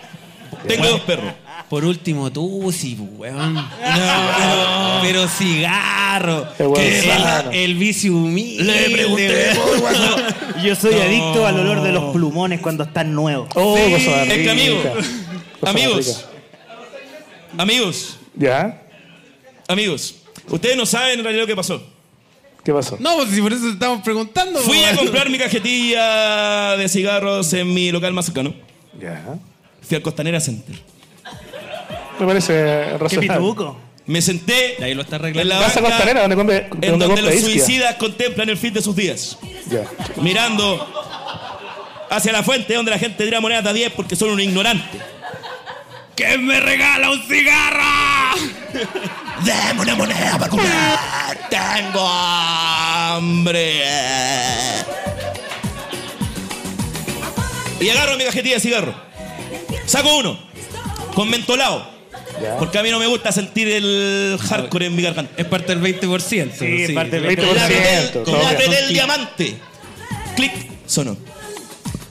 Tengo dos perros.
Por último, tú sí, po, weón. No, pero, pero cigarro.
Qué weón
que
sano.
el, el vicio humilde.
Le pregunté, pues,
weón.
"Oye, guaso,
Yo soy adicto al olor de los plumones cuando están nuevos.
Oh,
Sí,
cosa
es que amigo,
rica. Cosa
amigos,
rica.
amigos,
¿Ya?
amigos, ustedes no saben en realidad lo que pasó.
¿Qué pasó?
No, pues si por eso estamos preguntando.
Fui a
weón.
comprar mi cajetilla de cigarros en mi local más cercano.
Ya.
Fui al Costanera Center.
Me parece
¿Qué
razonable.
pituco?
Me senté
Y ahí lo está
en
arreglando.
la
Vas a
banca
Costanera, donde compre,
en
donde
donde
compra
los
isquia.
suicidas contemplan el fin de sus días.
Ya.
mirando hacia la fuente donde la gente tira monedas de a 10 porque son un ignorante. ¿Quién me regala un cigarro? Deme una moneda para comprar. Tengo hambre. Y agarro mi cajetilla de cigarro. Saco uno. Con mentolado. Porque a mí no me gusta sentir el hardcore en mi garganta.
Es parte del 20%.
Sí, es parte del
Lo-
20%.
Le apreté el-
Todo
le
bien.
apreté el diamante. Clic, sonó.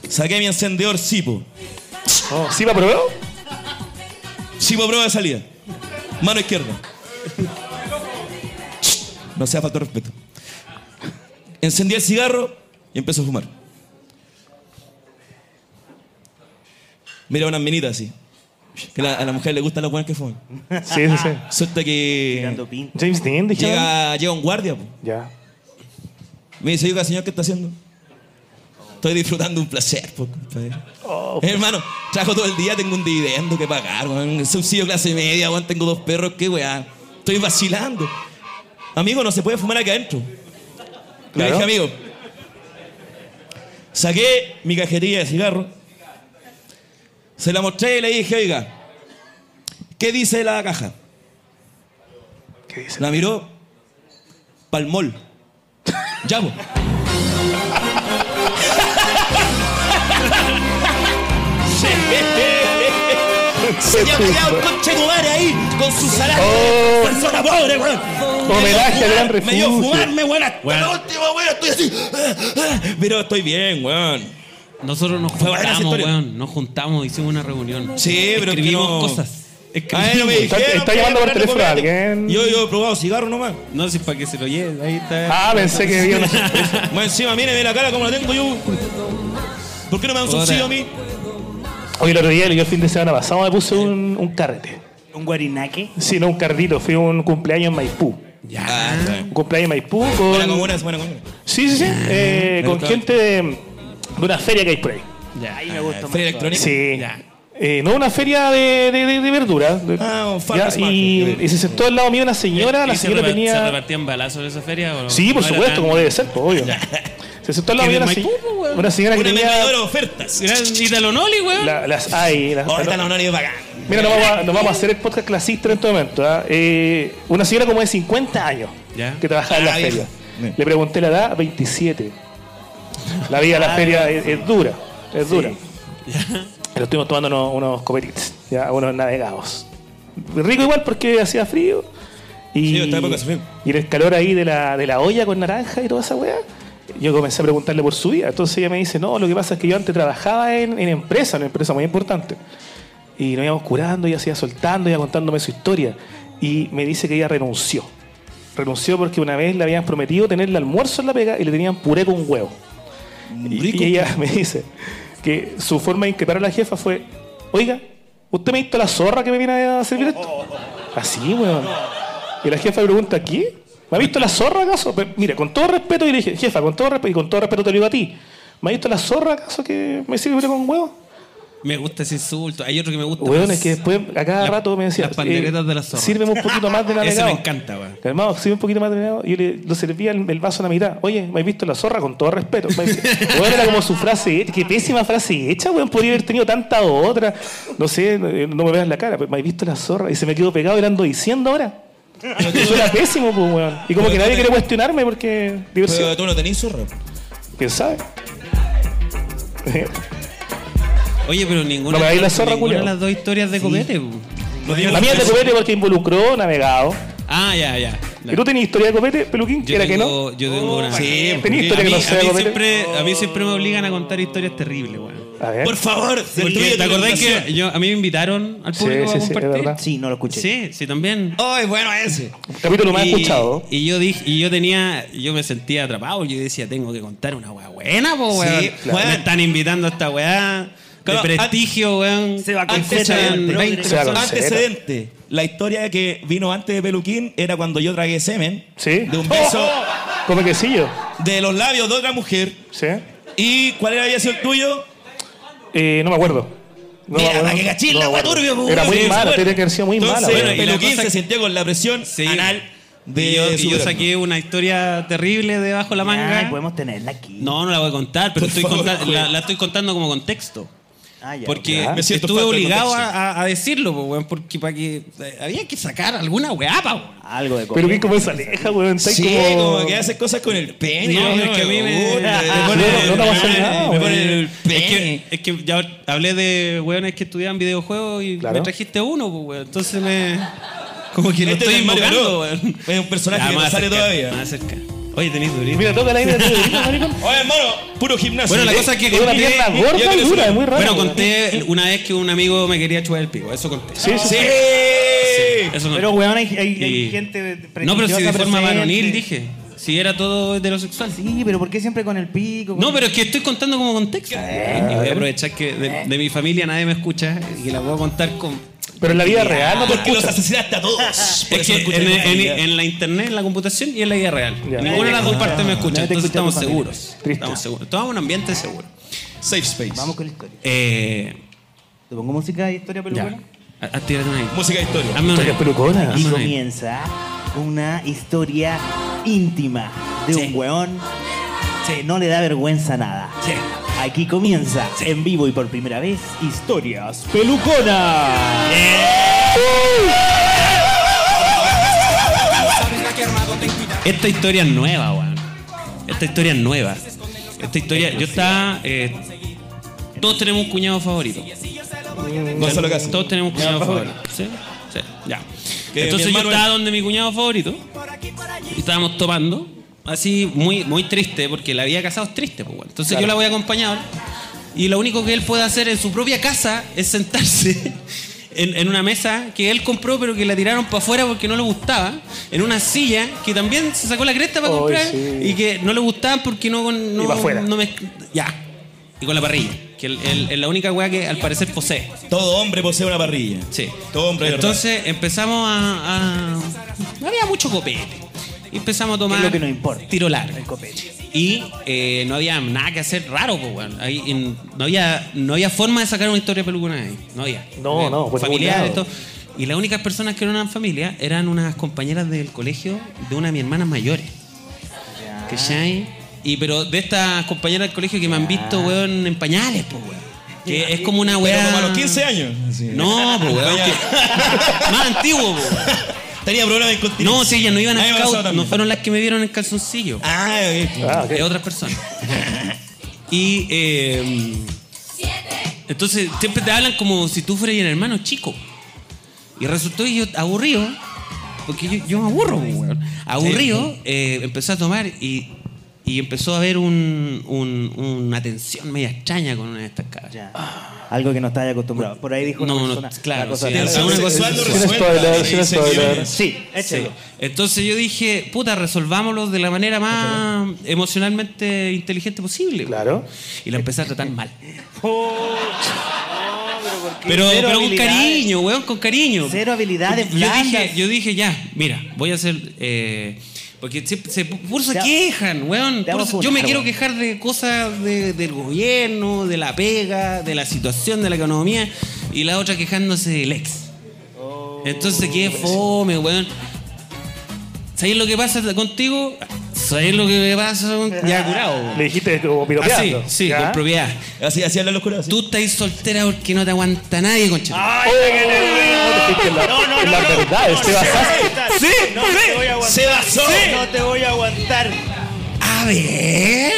Saqué mi encendedor Sipo.
Oh, ¿Sí me aprobó?
Sipo a prueba de salida. Mano izquierda. No sea falta de respeto. Encendí el cigarro y empecé a fumar. Mira unas menitas así. Que la- a la mujer le gustan los buenos que fuman.
Sí, sí, sí.
Suelta que
Tirando pinta.
James Dean, dije.
llega, llega un guardia. po.
Ya.
Me dice, oiga, señor, ¿qué está haciendo? Estoy disfrutando un placer, po, compadre.
Oh.
Eh, Hermano, trabajo todo el día, tengo un dividendo que pagar, weón. Subsidio clase media, weón, tengo dos perros, qué weá. Estoy vacilando. Amigo, no se puede fumar acá adentro. Le
Claro.
dije, amigo. Saqué mi cajetilla de cigarro. Se la mostré y le dije, oiga, ¿qué dice la caja?
¿Qué dice?
La miró. Palmol. Ya, po. Se había pegado un conche de madre ahí con su salario.
Oh.
Persona pobre, eh, weón.
Homenaje al gran
Me dio
refugio.
fumarme, weón. Hasta la última, weón. Estoy así. ah, ah, Pero estoy bien, weón.
Nosotros nos
Fue buena esa
juntamos,
historia.
weón. Nos juntamos, hicimos una reunión.
Sí, pero que
Escribimos
no-
cosas.
A mí no me
Escribimos.
Está-
dijeron
está
que
llamando por
era
teléfono a
narcotráfico.
alguien.
Yo, yo he probado cigarro nomás.
No, si para que se lo lleve. Ahí está.
Ah, pensé que había una sorpresa.
Más encima, míreme la cara como la tengo yo. ¿Por qué no me dan subsidio a mí?
Oye, el otro día, yo el fin de semana pasado, me puse un, un carrete.
Un guarinaque.
Sí, no, un carrito. Fui a un cumpleaños en Maipú.
Ya. Ah, está bien.
Un cumpleaños en Maipú
Buena
con...
Ah,
comuna, buena comuna.
Sí, sí, sí. eh, con gente de, de una feria que hay por ahí.
Ahí me gusta
Ah,
más.
¿Feria electrónica?
Sí.
Ya.
Eh, no, una feria de, de, de- de verduras. De-
Ah, un
ya,
farmer's
y,
market.
y se sentó al lado mío una señora, la
¿Y se
señora
repart- ¿Se
tenía...
repartían balazos en esa feria? o no?
Sí, por
No era
supuesto,
tan-
como debe ser, pues, obvio. Se sentó al lado
Que
mío
de
una,
Maipú,
se-
pues, weón.
una señora que
Una
tenía...
vendedora de ofertas.
Era el Italonoli, weón.
la- las hay, las,
Ahorita la honorario bacán.
Mira, nos vamos, a, nos vamos a hacer el podcast clasista en este momento. ¿ah? Eh, una señora como de 50 años
Ya.
que trabajaba en la
Ah,
feria.
vieja. Sí.
Le pregunté la edad, 27. La vida de
Ah,
la feria es, es dura, es dura. Pero estuvimos tomando unos, unos copetitos, ya, unos navegados. Rico igual porque hacía frío. Y,
Sí, esta época hace frío.
y en el calor ahí de la, de la olla con naranja y toda esa weá, yo comencé a preguntarle por su vida. Entonces ella me dice, no, lo que pasa es que yo antes trabajaba en, en empresa, una empresa muy importante. Y nos íbamos curando, ella se iba soltando, iba contándome su historia. Y me dice que ella renunció. Renunció porque una vez le habían prometido tenerle almuerzo en la pega y le tenían puré con huevo. Y,
Rico.
y ella me dice que su forma de increpar a la jefa fue, oiga, ¿usted me hizo la zorra que me viene a servir esto? Así, weón. Y la jefa le pregunta, ¿qué? ¿Me ha visto la zorra acaso? Pe- mira, con todo respeto, y le dije, jefa, con todo respeto, y con todo respeto te lo digo a ti. ¿Me ha visto la zorra acaso que me sirve con huevo?
Me gusta ese insulto. Hay otro que me gusta.
Weón,
más.
es que después a cada
La-
rato me decía.
Las panderetas
eh,
de la zorra.
Sírveme un poquito más de
Ese
navegado.
me encanta, weón.
Calmado, sirve un poquito más de navegado. Y yo le lo servía el, el vaso a la mitad. Oye, ¿me has visto la zorra? Con todo respeto. Me- Weón, era como su frase. Qué pésima frase hecha, weón. Podría haber tenido tanta otra. No sé, no eh, no me veas la cara. pero ¿Me has visto la zorra? Y se me quedó pegado y le ando diciendo ahora. Eso era pésimo, pues, weón. Y como
Pero
que
tú
nadie
te-
quiere cuestionarme porque. Diversión.
Pero tú no tenés zorra.
¿Quién sabe?
Oye, pero ninguna,
No me hagáis la zorra,
ninguna
culiao.
de las dos historias de copete. bu.
La mía es de copete porque involucró navegado.
Ah, ya, ya.
¿Y tú tenías historia de copete, peluquín?
Yo
¿Quiera que no?
tengo- Yo
Oh,
tengo una.
Sí,
A mí-
Tenía
a
historia que
mí,
no sea de copete.
siempre, a mí siempre me obligan a contar historias terribles, weón.
A ver.
Por favor,
Porque, ¿Te acordás que yo- a mí me invitaron al
Sí,
público
sí,
a
sí, es
compartir?
verdad.
Sí, no lo escuché.
sí, sí, también.
¡Ay, bueno ese!
Capítulo más escuchado.
Y yo dije, y yo tenía, yo me sentía atrapado, yo decía, tengo que contar una weá buena, po,
Sí,
weón.
claro.
Me están invitando a esta weá.
Claro,
de prestigio, weón.
Se va con
Antes
fecha,
eran
antes,
20
se va con
personas.
fecha.
Antecedente. La historia que vino antes de Peluquín era cuando yo tragué semen
Sí. ¡Oh!
de un beso
Como que sí yo.
de los labios de otra mujer.
Sí.
¿Y cuál era había sido el tuyo?
Eh, no me acuerdo. No
Mira,
me acuerdo.
la que cachín, la
me
agua
acuerdo.
turbia, pues,
Era
weón.
muy
Sí,
mala,
bueno.
tiene que haber sido muy
Entonces,
mala. weón.
bueno, y la
Peluquín
cosa
se
que-
sintió con la presión
Sí.
anal de
Y yo,
su
y yo
cuerpo.
saqué una historia terrible debajo de la manga.
Ay, podemos tenerla aquí.
No, no la voy a contar, pero
Por
estoy
favor,
contan-
juega.
la, la estoy contando como contexto.
Ah, ya.
Porque
Me siento
estuve
falta de
obligado a,
contexto.
a- a decirlo, po, weón, porque para que eh, había que sacar alguna weá, pa, weón.
Algo de
Peluquín como se aleja, weón. Está ahí
Sí,
como...
como... que hace cosas con el pene.
No,
weón,
es que a mí me-
gusta,
Ah,
pone
no, no
el-
te va a hacer nada,
Me
weón.
pone el
Es que,
pene.
es que ya hablé de weones que estudiaban videojuegos y
Claro.
me trajiste uno, pues, weón. Entonces me. Como que lo
Este
estoy
es el Mario
invocando,
Bros.
weón.
Es un personaje
Ya,
que
más
no sale
cerca,
todavía.
Más cerca. Oye, tenéis durito.
Mira, toca la idea de
Oye, hermano, puro gimnasio.
Bueno, la cosa es que
Tiene una
conté-
pierna
ya
gorda
que
y
le
dura,
suena.
es muy raro.
Bueno,
weón.
conté una vez que un amigo me quería chupar el pico. Eso conté.
Sí, sí,
¡Sí!
sí.
Eh,
Eso conté.
Pero, weón, hay, hay- hay
Y-
gente
No, pero si de
prejuiciosa
forma
presente.
varonil dije. Si era todo heterosexual.
Sí, pero ¿por qué siempre con el pico?
No, pero es que estoy contando como contexto. Y voy a aprovechar que de, de mi familia nadie me escucha y que la puedo contar con.
Pero en la vida real no te
Porque los
escuchas.
asesinaste a todos. Por
Es
eso
que
no
en,
escuchas mi
en-
familia.
en la internet, en la computación y en la vida real.
Ya.
Ninguna de las dos
Ah,
partes me escucha,
no te
entonces
escucha tu
estamos
familia.
seguros.
Triste.
Estamos seguros. Estamos en un ambiente seguro.
Safe space.
Vamos con la historia.
Eh,
¿Te pongo música de historia
ya.
pelucona?
Haz- haz- tírate una ahí.
Música de historia.
Hazme una
Historia
ahí.
pelucona.
Hazme
Y
una ahí.
comienza una historia íntima de
Sí.
un weón que no le da vergüenza nada.
Sí.
Aquí comienza, en vivo y por primera vez, Historias Pelucona.
Esta historia es nueva, weón. Esta historia es nueva. Esta historia, yo estaba. eh, todos tenemos un cuñado favorito.
Gonzalo Casi.
Eh, Todos tenemos un cuñado favorito. Sí, sí, ya.
Que
Entonces
mi
yo
hermano
estaba
es-
donde mi cuñado favorito. Y estábamos tomando. Así, muy, muy triste, porque la vida de casado es triste, pues, weón. Entonces yo la voy a acompañar. Y lo único que él puede hacer en su propia casa es sentarse en, en una mesa que él compró, pero que la tiraron para afuera porque no le gustaba. En una silla que también se sacó la cresta para
Ay,
comprar
sí.
y que no le gustaba porque no. no
Y pa' afuera.
no mez- ya. Y con la parrilla. Que el- el- es la única weá que al parecer posee.
Todo hombre posee una parrilla.
Sí.
Todo hombre. de
Entonces empezamos a, a- No había mucho copete. Y empezamos a tomar
Es lo que nos importa.
tiro largo.
El copete.
Y eh, no había nada que hacer raro, pues, weón. Ahí, en- no, había, no había forma de sacar una historia pelucona ahí. No había.
No, no, por
Familiares,
ningún lado.
todo. Y las únicas personas que no eran familia eran unas compañeras del colegio de una de mis hermanas mayores. ¿Cachai? Y pero de estas compañeras del colegio que me han visto, weón, en pañales, pues, weón. Que es como una weá.
Pero como a los 15 años. Así.
No, pues, weón.
Vaya.
que- Más antiguo, pues, weón.
Tenía problemas de incontinencia.
No, sí, ellas no iban
A
a
mí me pasó
scout, no
también.
fueron las que me vieron en calzoncillo
Ah, eh,
Ah, ok.
de otras personas. Y eh, entonces siempre te hablan como si tú fueras el hermano chico. Y resultó que yo aburrido, porque yo, yo me aburro, pues, weón. Aburrido, eh, empecé a tomar y, y empezó a haber un, un- una tensión media extraña con una de estas cabras.
Ya. Algo que no estaba acostumbrado. Por ahí dijo una
Ah. No, no,
persona.
claro,
la cosa
sí,
de-
es una
Tensión
cosa-
sexual no
Sin spoiler, sin spoiler.
resuelve.
Sí, échalo.
Sí. Entonces yo dije, puta, resolvámoslo de la manera más emocionalmente inteligente posible. weón.
Claro.
Y la empecé a tratar mal.
Oh, no, pero ¿por qué?
Pero,
Cero
pero con
habilidades.
cariño, weón, con cariño.
Cero habilidades
yo dije,
blandas.
yo dije, ya, mira, voy a hacer. eh, porque se, se, puro se
Te ha-
quejan, weón.
te
puro
hago
se- yo me
funar,
quiero
weón.
quejar de cosas de- del gobierno, de la pega, de la situación, de la economía. Y la otra quejándose del ex. Entonces, qué
Oh,
fome, weón. ¿Sabéis lo que pasa contigo? ¿Sabéis lo que me pasa con... Ya curado,
Le
weón.
dijiste como
Así,
Ah,
piropeando.
sí,
¿Ya?
con propiedad.
Así, así hablan los curados.
Tú estás soltera porque no te aguanta nadie, concha.
Ay,
No,
no, no,
La
no,
verdad,
no,
este
no,
basás-
no te voy a aguantar.
Sí,
no te voy a aguantar.
Se basó.
No te voy a aguantar.
A ver.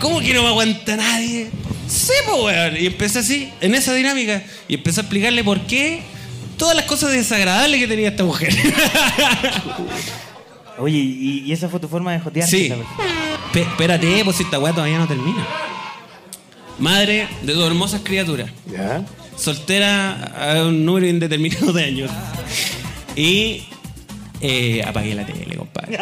¿Cómo que no me aguanta nadie? Sí, pues, weón. Y empecé así, en esa dinámica. Y empecé a explicarle por qué todas las cosas desagradables que tenía esta mujer.
Oye, ¿y, y esa fue tu forma de jotear?
sí. Pe- espérate, pues si esta weá todavía no termina. Madre de dos hermosas criaturas.
¿Ya?
Soltera a un número indeterminado de años. Y eh, apagué la tele, compadre.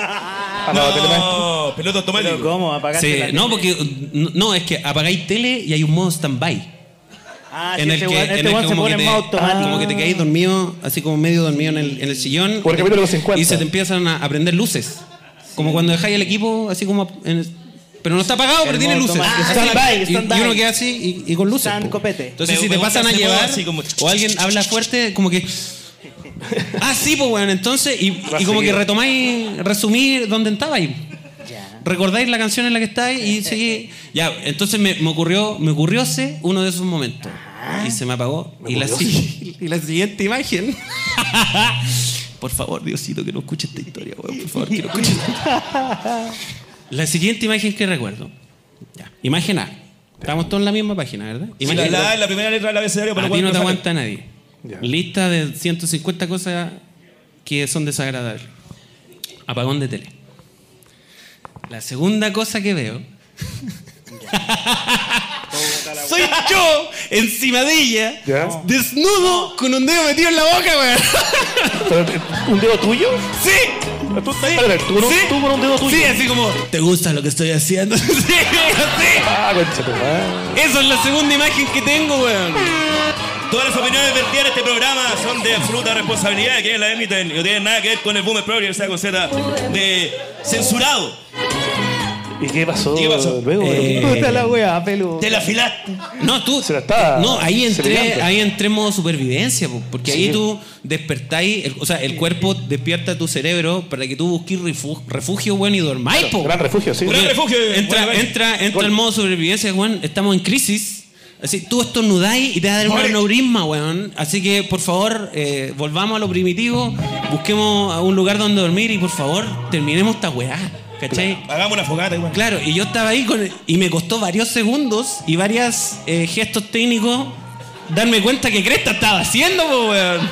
No, pelota
Pero
automático.
¿cómo? ¿Apagaste
Sí,
la
no,
tele?
porque no, es que apagáis tele y hay un modo stand-by.
Ah, sí,
en el
este
que,
weón-
en
este
el
weón
que
se
como,
pone
que te,
más automático.
como que te quedáis dormido, así como medio dormido en el, en el sillón.
Por el capítulo 50.
Y se te empiezan a, a prender luces. Como cuando dejáis el equipo, así como. en el- pero no está apagado, pero tiene luces.
automático.
Está
Stand
la-
by,
y,
stand
y uno
by.
queda así y, y con luces.
Stand
po.
copete.
Entonces,
Me-
si te
me
pasan a
gusta ese
llevar,
modo así como-
o alguien habla fuerte, como que. Ah, sí, pues bueno, entonces. Y, y como que retomáis, resumir dónde estabais. ¿Recordáis la canción en la que estáis? Y seguí. Ya, entonces me, me ocurrió, me ocurrióse uno de esos momentos. Y se me apagó. Y la, si- y la siguiente imagen. por favor, Diosito, que no escuche esta historia, weón. Por favor, que no escuche esta historia. La siguiente imagen que recuerdo. Ya. Imagen A. Estamos todos en la misma página, ¿verdad?
Si la,
Imagen
la, es la primera letra del abecedario, pero
a ti no
bueno,
te
sale.
aguanta nadie.
Ya.
Lista de 150 cosas que son desagradables. Apagón de tele. La segunda cosa que veo. Soy yo encima de ella,
Ya.
desnudo, con un dedo metido en la boca, weón.
Pero, eh, ¿Un dedo tuyo?
¡Sí!
¿Tú, espérate, tú, no-
Sí.
tú con un dedo tuyo?
Sí, así como, ¿te gusta lo que estoy haciendo? sí, así.
Ah, concha tu madre.
Esa es la segunda imagen que tengo, weón.
Todas las opiniones vertidas en este programa son de absoluta responsabilidad de quienes la emiten y no tienen nada que ver con el Boomer Pro Universidad con Z de censurado.
¿Y qué pasó?
¿Y qué pasó?
Luego,
Eh,
Puta la weá, pelu.
Te la filaste.
No, tú.
Se la está
No, ahí entré,
cepillando.
ahí entré en modo supervivencia, po, porque ahí
Sí.
tú despertáis, el- o sea, el cuerpo despierta tu cerebro para que tú busques refu- refugio, bueno, y dormáis, po.
gran refugio, eh, sí.
Gran
Porque
refugio,
Entra,
bueno,
entra, entra el modo supervivencia, weón. Estamos en crisis. Así, tú estornudáis y te va a dar un
Pobre.
aneurisma, weón. Así que, por favor, eh, volvamos a lo primitivo, busquemos a un lugar donde dormir y, por favor, terminemos esta weá. ¿Cachai?
Hagamos una fogata igual.
Claro, y yo estaba ahí con, y me costó varios segundos y varios gestos técnicos darme cuenta que Cresta estaba haciendo, po, weón.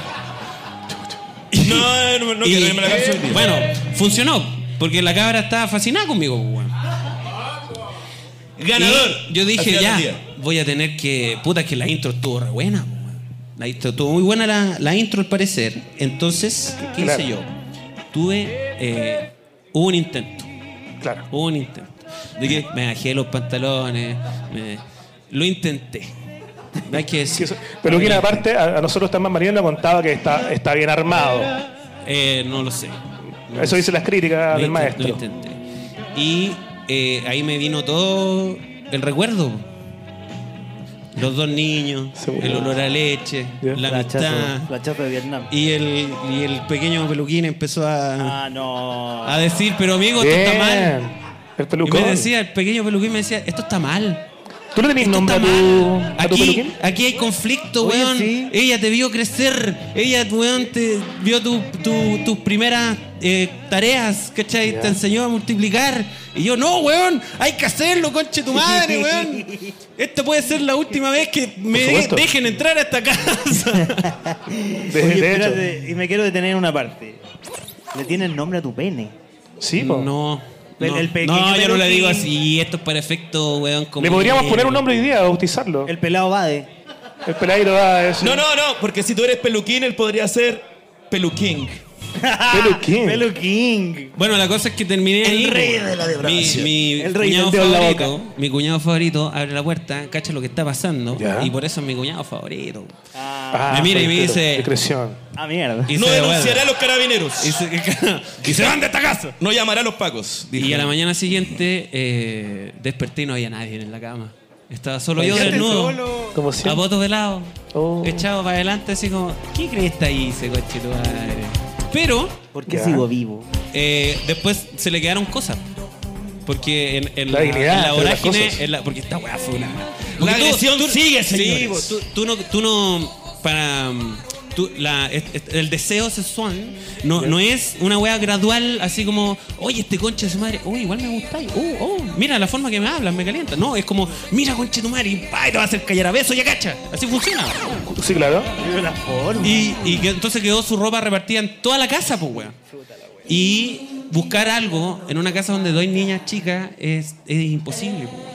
No, no, no
Y- eh,
quiero irme a la cárcel. hoy día.
Bueno, funcionó, porque la cabra estaba fascinada conmigo, po, weón.
ganador.
Y yo
Al
dije,
final
ya,
del día.
voy a tener que. Puta, que la intro estuvo re buena, po, weón. La intro estuvo muy buena, la, la intro al parecer. Entonces, ¿qué
Claro.
hice yo? Tuve. eh, hubo un intento.
Claro.
Hubo un intento. De que me bajé los pantalones, me- lo intenté. No hay que
Sí,
decir. Eh,
eso- Pero que aparte, a, a nosotros también Mariana contaba que está, está bien armado.
Eh, no lo sé.
Eso dicen las críticas
Lo
del
intent-
maestro.
lo intenté. Y eh, ahí me vino todo el recuerdo. Los dos niños,
Seguro.
el olor a leche,
Ya.
la amistad.
Flachazo, flachazo de Vietnam.
Y el, y el pequeño peluquín empezó a,
Ah, no.
a decir, pero amigo, esto está mal.
Bien. El
Y
pelucón.
me decía, el pequeño peluquín me decía, esto está mal.
¿Tú le tenías
Esto
nombre a
está
tu,
mal.
a tu
Aquí,
peluquín?
aquí hay conflicto,
Oye,
weón.
sí.
Ella te vio crecer. Ella, weón, te vio tu- tu- tus primeras eh, tareas, ¿cachai? Te enseñó a multiplicar. Y yo, no, weón, hay que hacerlo, conche tu madre, weón. Esta puede ser la última vez que me de-
supuesto.
dejen entrar a esta casa.
De,
Oye,
de hecho.
espérate, y me quiero detener en una parte. Le tiene el nombre a tu pene.
Sí, po.
no.
El-
No,
el pequeño
no, yo no le
peluquín.
digo así. Esto es para efecto, weón. como-
Le podríamos poner un nombre hoy día, bautizarlo. El,
El pelado Bade.
peladito da eso.
No, no, no, porque si tú eres peluquín, él podría ser peluquín.
Ah, Pelu King.
Pelu King.
Bueno, la cosa es que terminé ahí.
rey
po.
de la depravación.
Mi, mi
El rey
cuñado
del dedo en la
favorito, mi cuñado favorito abre la puerta, cacha lo que está pasando
Ya.
y por eso es mi cuñado favorito.
Ah,
Ah,
Me mira y me
perfecto.
dice-
Discreción.
ah, mierda.
Y
no
se
denunciará a
devuelve.
los carabineros.
Y se, y se van de esta casa.
No llamará a los pacos. dijo.
Y a la mañana siguiente eh, desperté y no había nadie en la cama. Estaba solo yo
Oye,
desnudo.
Como
A
siempre.
votos de lado.
Oh.
Echado para adelante, así como, ¿qué crees que hice, coche tu madre? Pero
¿Por qué
Ya.
sigo vivo?
Eh, después se le quedaron cosas. Porque en, en
La
la,
dignidad,
en la
pero las
vorágine-
cosas.
en la- porque esta weá fue una.
La agresión sigue,
Sí,
señores.
vos, tú, tú no, tú no- Para. mm, tú- la- es- es- el deseo sexual no, no es una weá gradual, así como, oye, este concha de su madre, uy, igual me gustáis, uh, oh, mira la forma que me hablan, me calienta. No, es como, mira concha de tu madre, y pa, y te va a hacer callar a besos, ya cacha. Así funciona.
Sí, claro.
Y, y que- entonces quedó su ropa repartida en toda la casa, pues, weón. Y buscar algo en una casa donde dos niñas chicas es, es imposible, pues, weón.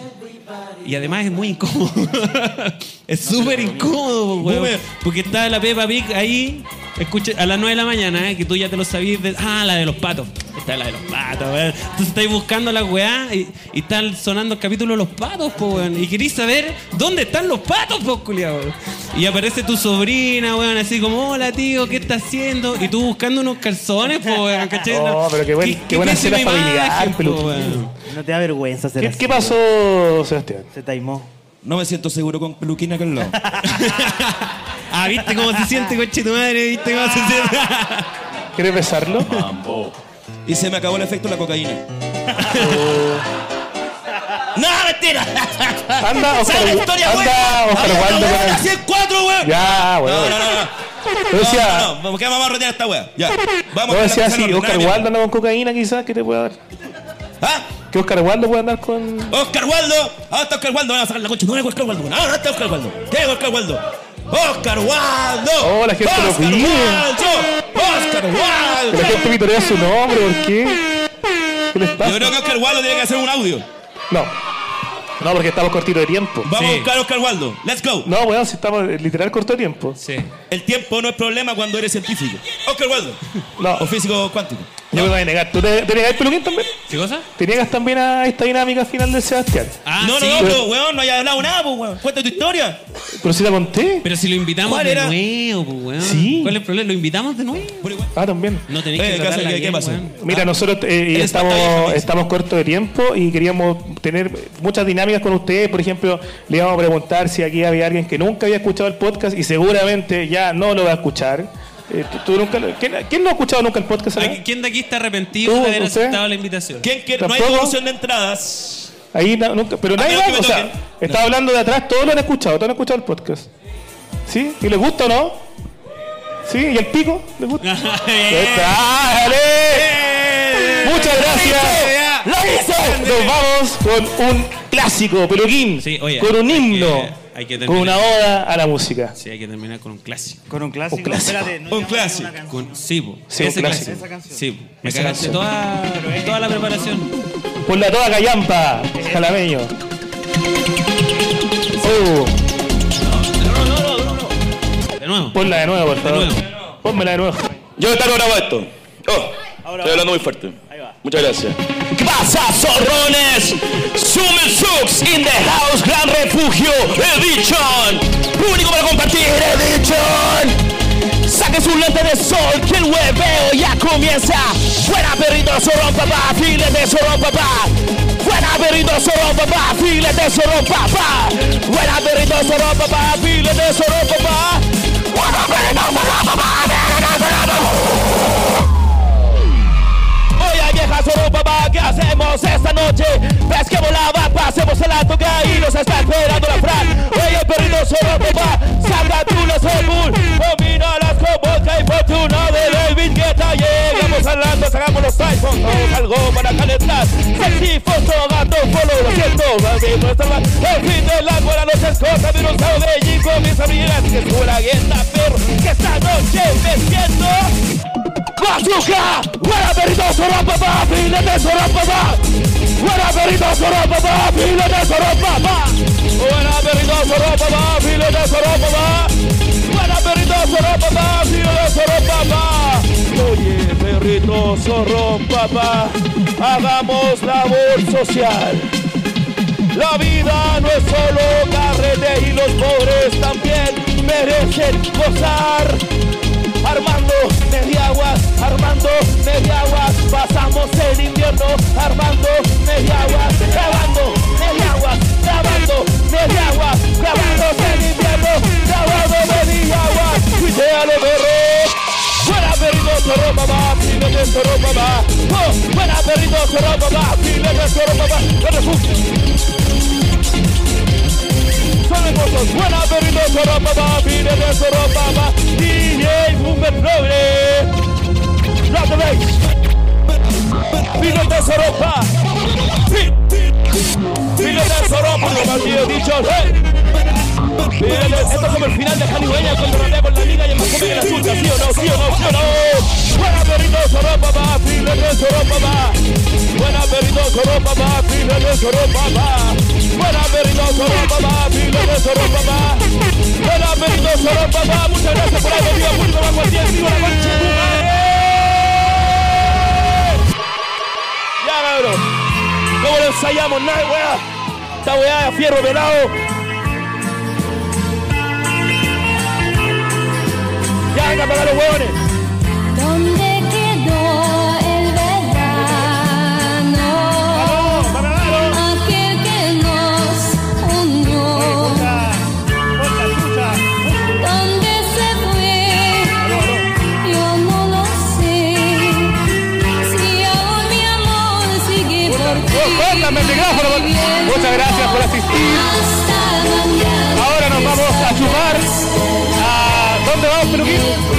Y además es muy incómodo. es súper incómodo, pues, weón.
Boomer.
Porque está la Peppa Pig ahí, escucha, a las 9 de la mañana, eh, que tú ya te lo sabías. de- ah, la de los patos. Está la de los patos, weón. Entonces estáis buscando la weá y, y están sonando el capítulo de los patos, po, weón. Y queréis saber dónde están los patos, po, culiao, weón. Y aparece tu sobrina, weón, así como, hola tío, ¿qué estás haciendo? Y tú buscando unos calzones, po, weón, ¿cachai?
Oh, pero qué buen- qué buena
pésima
escena familiar,
imagen, po,
peluquín.
weón.
No te da vergüenza hacer
¿Qué,
así,
qué pasó, Sebastián?
Se taimó.
No me siento seguro con peluquín acá al lado.
Ah, ¿viste cómo se siente, coche tu madre? ¿Viste cómo se siente?
¿Quieres besarlo?
y se me acabó el efecto de la cocaína. ¡No, mentira!
Anda, Oscar,
¡Sale la
anda,
historia buena!
Oscar
¡Había
Wilde
una
con
weá
el-
así en cuatro, weón!
Ya, weón.
No, no, no, no.
Yo decía,
No, no, no, porque vamos a rotear esta weá. Ya. Vamos
yo
con la
decía
cosa
así,
normal,
Oscar
mira.
Waldo anda con cocaína quizás, ¿qué te puede dar?
¿Ah?
¿Que Oscar Waldo puede andar con...?
Oscar Waldo, ahora está Oscar Waldo, van a sacar la concha. No llegó Oscar Waldo, ahora está Oscar Waldo. Llega Oscar Waldo. Oscar Waldo.
Oh, la gente lo
Oscar
pide.
Waldo. Oscar
Que la
Waldo.
gente vitorea su nombre, ¿por qué? ¿Qué les
Yo
pasa?
creo que Oscar Waldo tiene que hacer un audio.
No. No, porque estamos cortitos de tiempo.
Vamos a
Sí.
buscar a Oscar Waldo. Let's go.
No, weón, si estamos eh, literal corto de tiempo.
Sí.
El tiempo no es problema cuando eres científico. Oscar Waldo.
No.
O físico cuántico.
Yo me voy a negar. ¿Tú te, te negas el peluquín también?
¿Qué cosa?
¿Te niegas también a esta dinámica final de Sebastián?
Ah,
no,
sí.
no, no,
pero,
pero weón, no hayas hablado nada, pues weón. Cuenta tu historia.
¿Pero si la conté?
si lo invitamos
¿Cuál
de
era?
nuevo, pues, weón.
Sí.
¿Cuál es el problema? ¿Lo invitamos de nuevo?
Por igual.
Ah, también.
No tenéis que
Eh, ¿qué
tratarla
hace? ¿Qué-
bien,
qué pasa?
weón.
Mira, nosotros eh,
Eres pantalla,
estamos,
Javier.
estamos cortos de tiempo y queríamos tener muchas dinámicas con ustedes. Por ejemplo, le íbamos a preguntar si aquí había alguien que nunca había escuchado el podcast y seguramente ya no lo va a escuchar. Eh, tú- tú nunca lo- ¿quién, quién no ha escuchado nunca el podcast? acá?
¿A- ¿Quién de aquí está arrepentido
¿Tú,
de haber
usted?
aceptado la invitación?
¿Ah? ¿Quién quiere? No hay
¿Tampoco?
promoción de entradas.
Ahí na- nunca, pero
A
nadie
menos
va,
que me
o sea,
toquen.
estaba hablando de atrás, todos lo han escuchado, todos han escuchado el podcast. ¿Sí? ¿Y les gusta o no? ¿Sí? ¿Y el pico? ¿Les gusta? Ahí está,
Eh.
¡Dale! Muchas gracias. Nos vamos con un clásico, peluquín.
Sí, oye,
con un
hay
himno.
que- hay que
con una
terminar.
oda a la música.
Sí, hay que terminar con un clásico.
Con un clásico.
Un clásico.
Espérate, no
Un
te voy a
clásico.
poner una
Con, sí, po.
Sí, un clásico.
Ese clásico.
Esa canción.
Sí, po. me
Esa
cagaste
canción.
toda, toda la preparación.
Por la toda callampa, jalameño. Oh,
De nuevo.
ponla de nuevo, por favor.
nuevo.
Pónmela de nuevo.
Yo estar grabado esto. Oh, estoy hablando muy fuerte. Muchas gracias. ¿Qué pasa, zorrones? Sumen Sux in the house, Gran Refugio Edition. Público para compartir Edition. Saque su lente de sol, que el hueveo ya comienza. Fuera perrito, zorro papá, filete de zorro papá. Fuera perrito, zorro papá, filete de zorro papá. Fuera perrito, zorro papá, filete de zorro papá. Fuera perrito, zorro papá, filete de zorro papá. Oye vieja soropa va, ¿qué hacemos esta noche? Pues Pesquemos la vaca, hacemos el toca y nos está esperando la fran Oye perrito soropa va, saca tú los albur Combina las con vodka y fortuna de David Guetta Llegamos al lando, sacamos los iPhones, vamos algo para calentar Sexy, foto, gato, polo, lo siento, mami, no está mal El fin de la buena noche es cosa de un sábado de allí con mis amigas Que sube la gueta, perro, que esta noche me siento ¡Bazooka! ¡Fuera perrito soropa papá! ¡Filete soropa papá! ¡Fuera perrito soropa papá! ¡Filete soropa papá! ¡Fuera perrito soropa papá! ¡Filete soropa papá! ¡Fuera perrito soropa papá! ¡Filete soropa papá! Oye perrito zorro papá, hagamos labor social. La vida no es solo carrete y los pobres también merecen gozar. Armando Mediaguas, Armando Mediaguas, pasamos el invierno, Armando Mediaguas, grabando Mediaguas, grabando Mediaguas, grabamos el invierno, grabando Mediaguas, cuidéalo perro. Fuera perrito, zorro papá, pile de zorro papá. Oh, fuera perrito, zorro papá, pile de zorro papá. Fuera, Solo cosas buenas, perrito, zorro papá, pide de zorro papá. DJ Boomer Progre. Drop the bass. Pide de zorro papá. Pide de zorro papá, partido dicho. ¿eh? Hey. Pide de- Esto es como el final de Halibueña cuando rapea con la liga y el más joven el azul. ¿Sí o no? ¿Sí o no? ¿Sí o no? Buena perrito, zorro papá, pide de zorro papá. Buena perrito, zorro papá, pide de zorro papá. Buena perrito, zorro papá, pide de zorro papá. Buena perrito, zorro papá. Muchas gracias por haber venido a Público Bajo el Tiempo. ¡Viva la concha de tu madre! Ya, cabrón. ¿Cómo lo ensayamos? Nada, weá. Esta weá de fierro pelado. Ya, venga, pagar los huevones.
¿Dónde quedó el verano? Aquel que nos unió. ¿Dónde se fue? Yo no lo sé. Si aún mi amor sigue por
Córtame el micrófono. por- Muchas gracias por asistir. Ahora nos vamos a chupar. ¿A dónde vamos, Peluquín?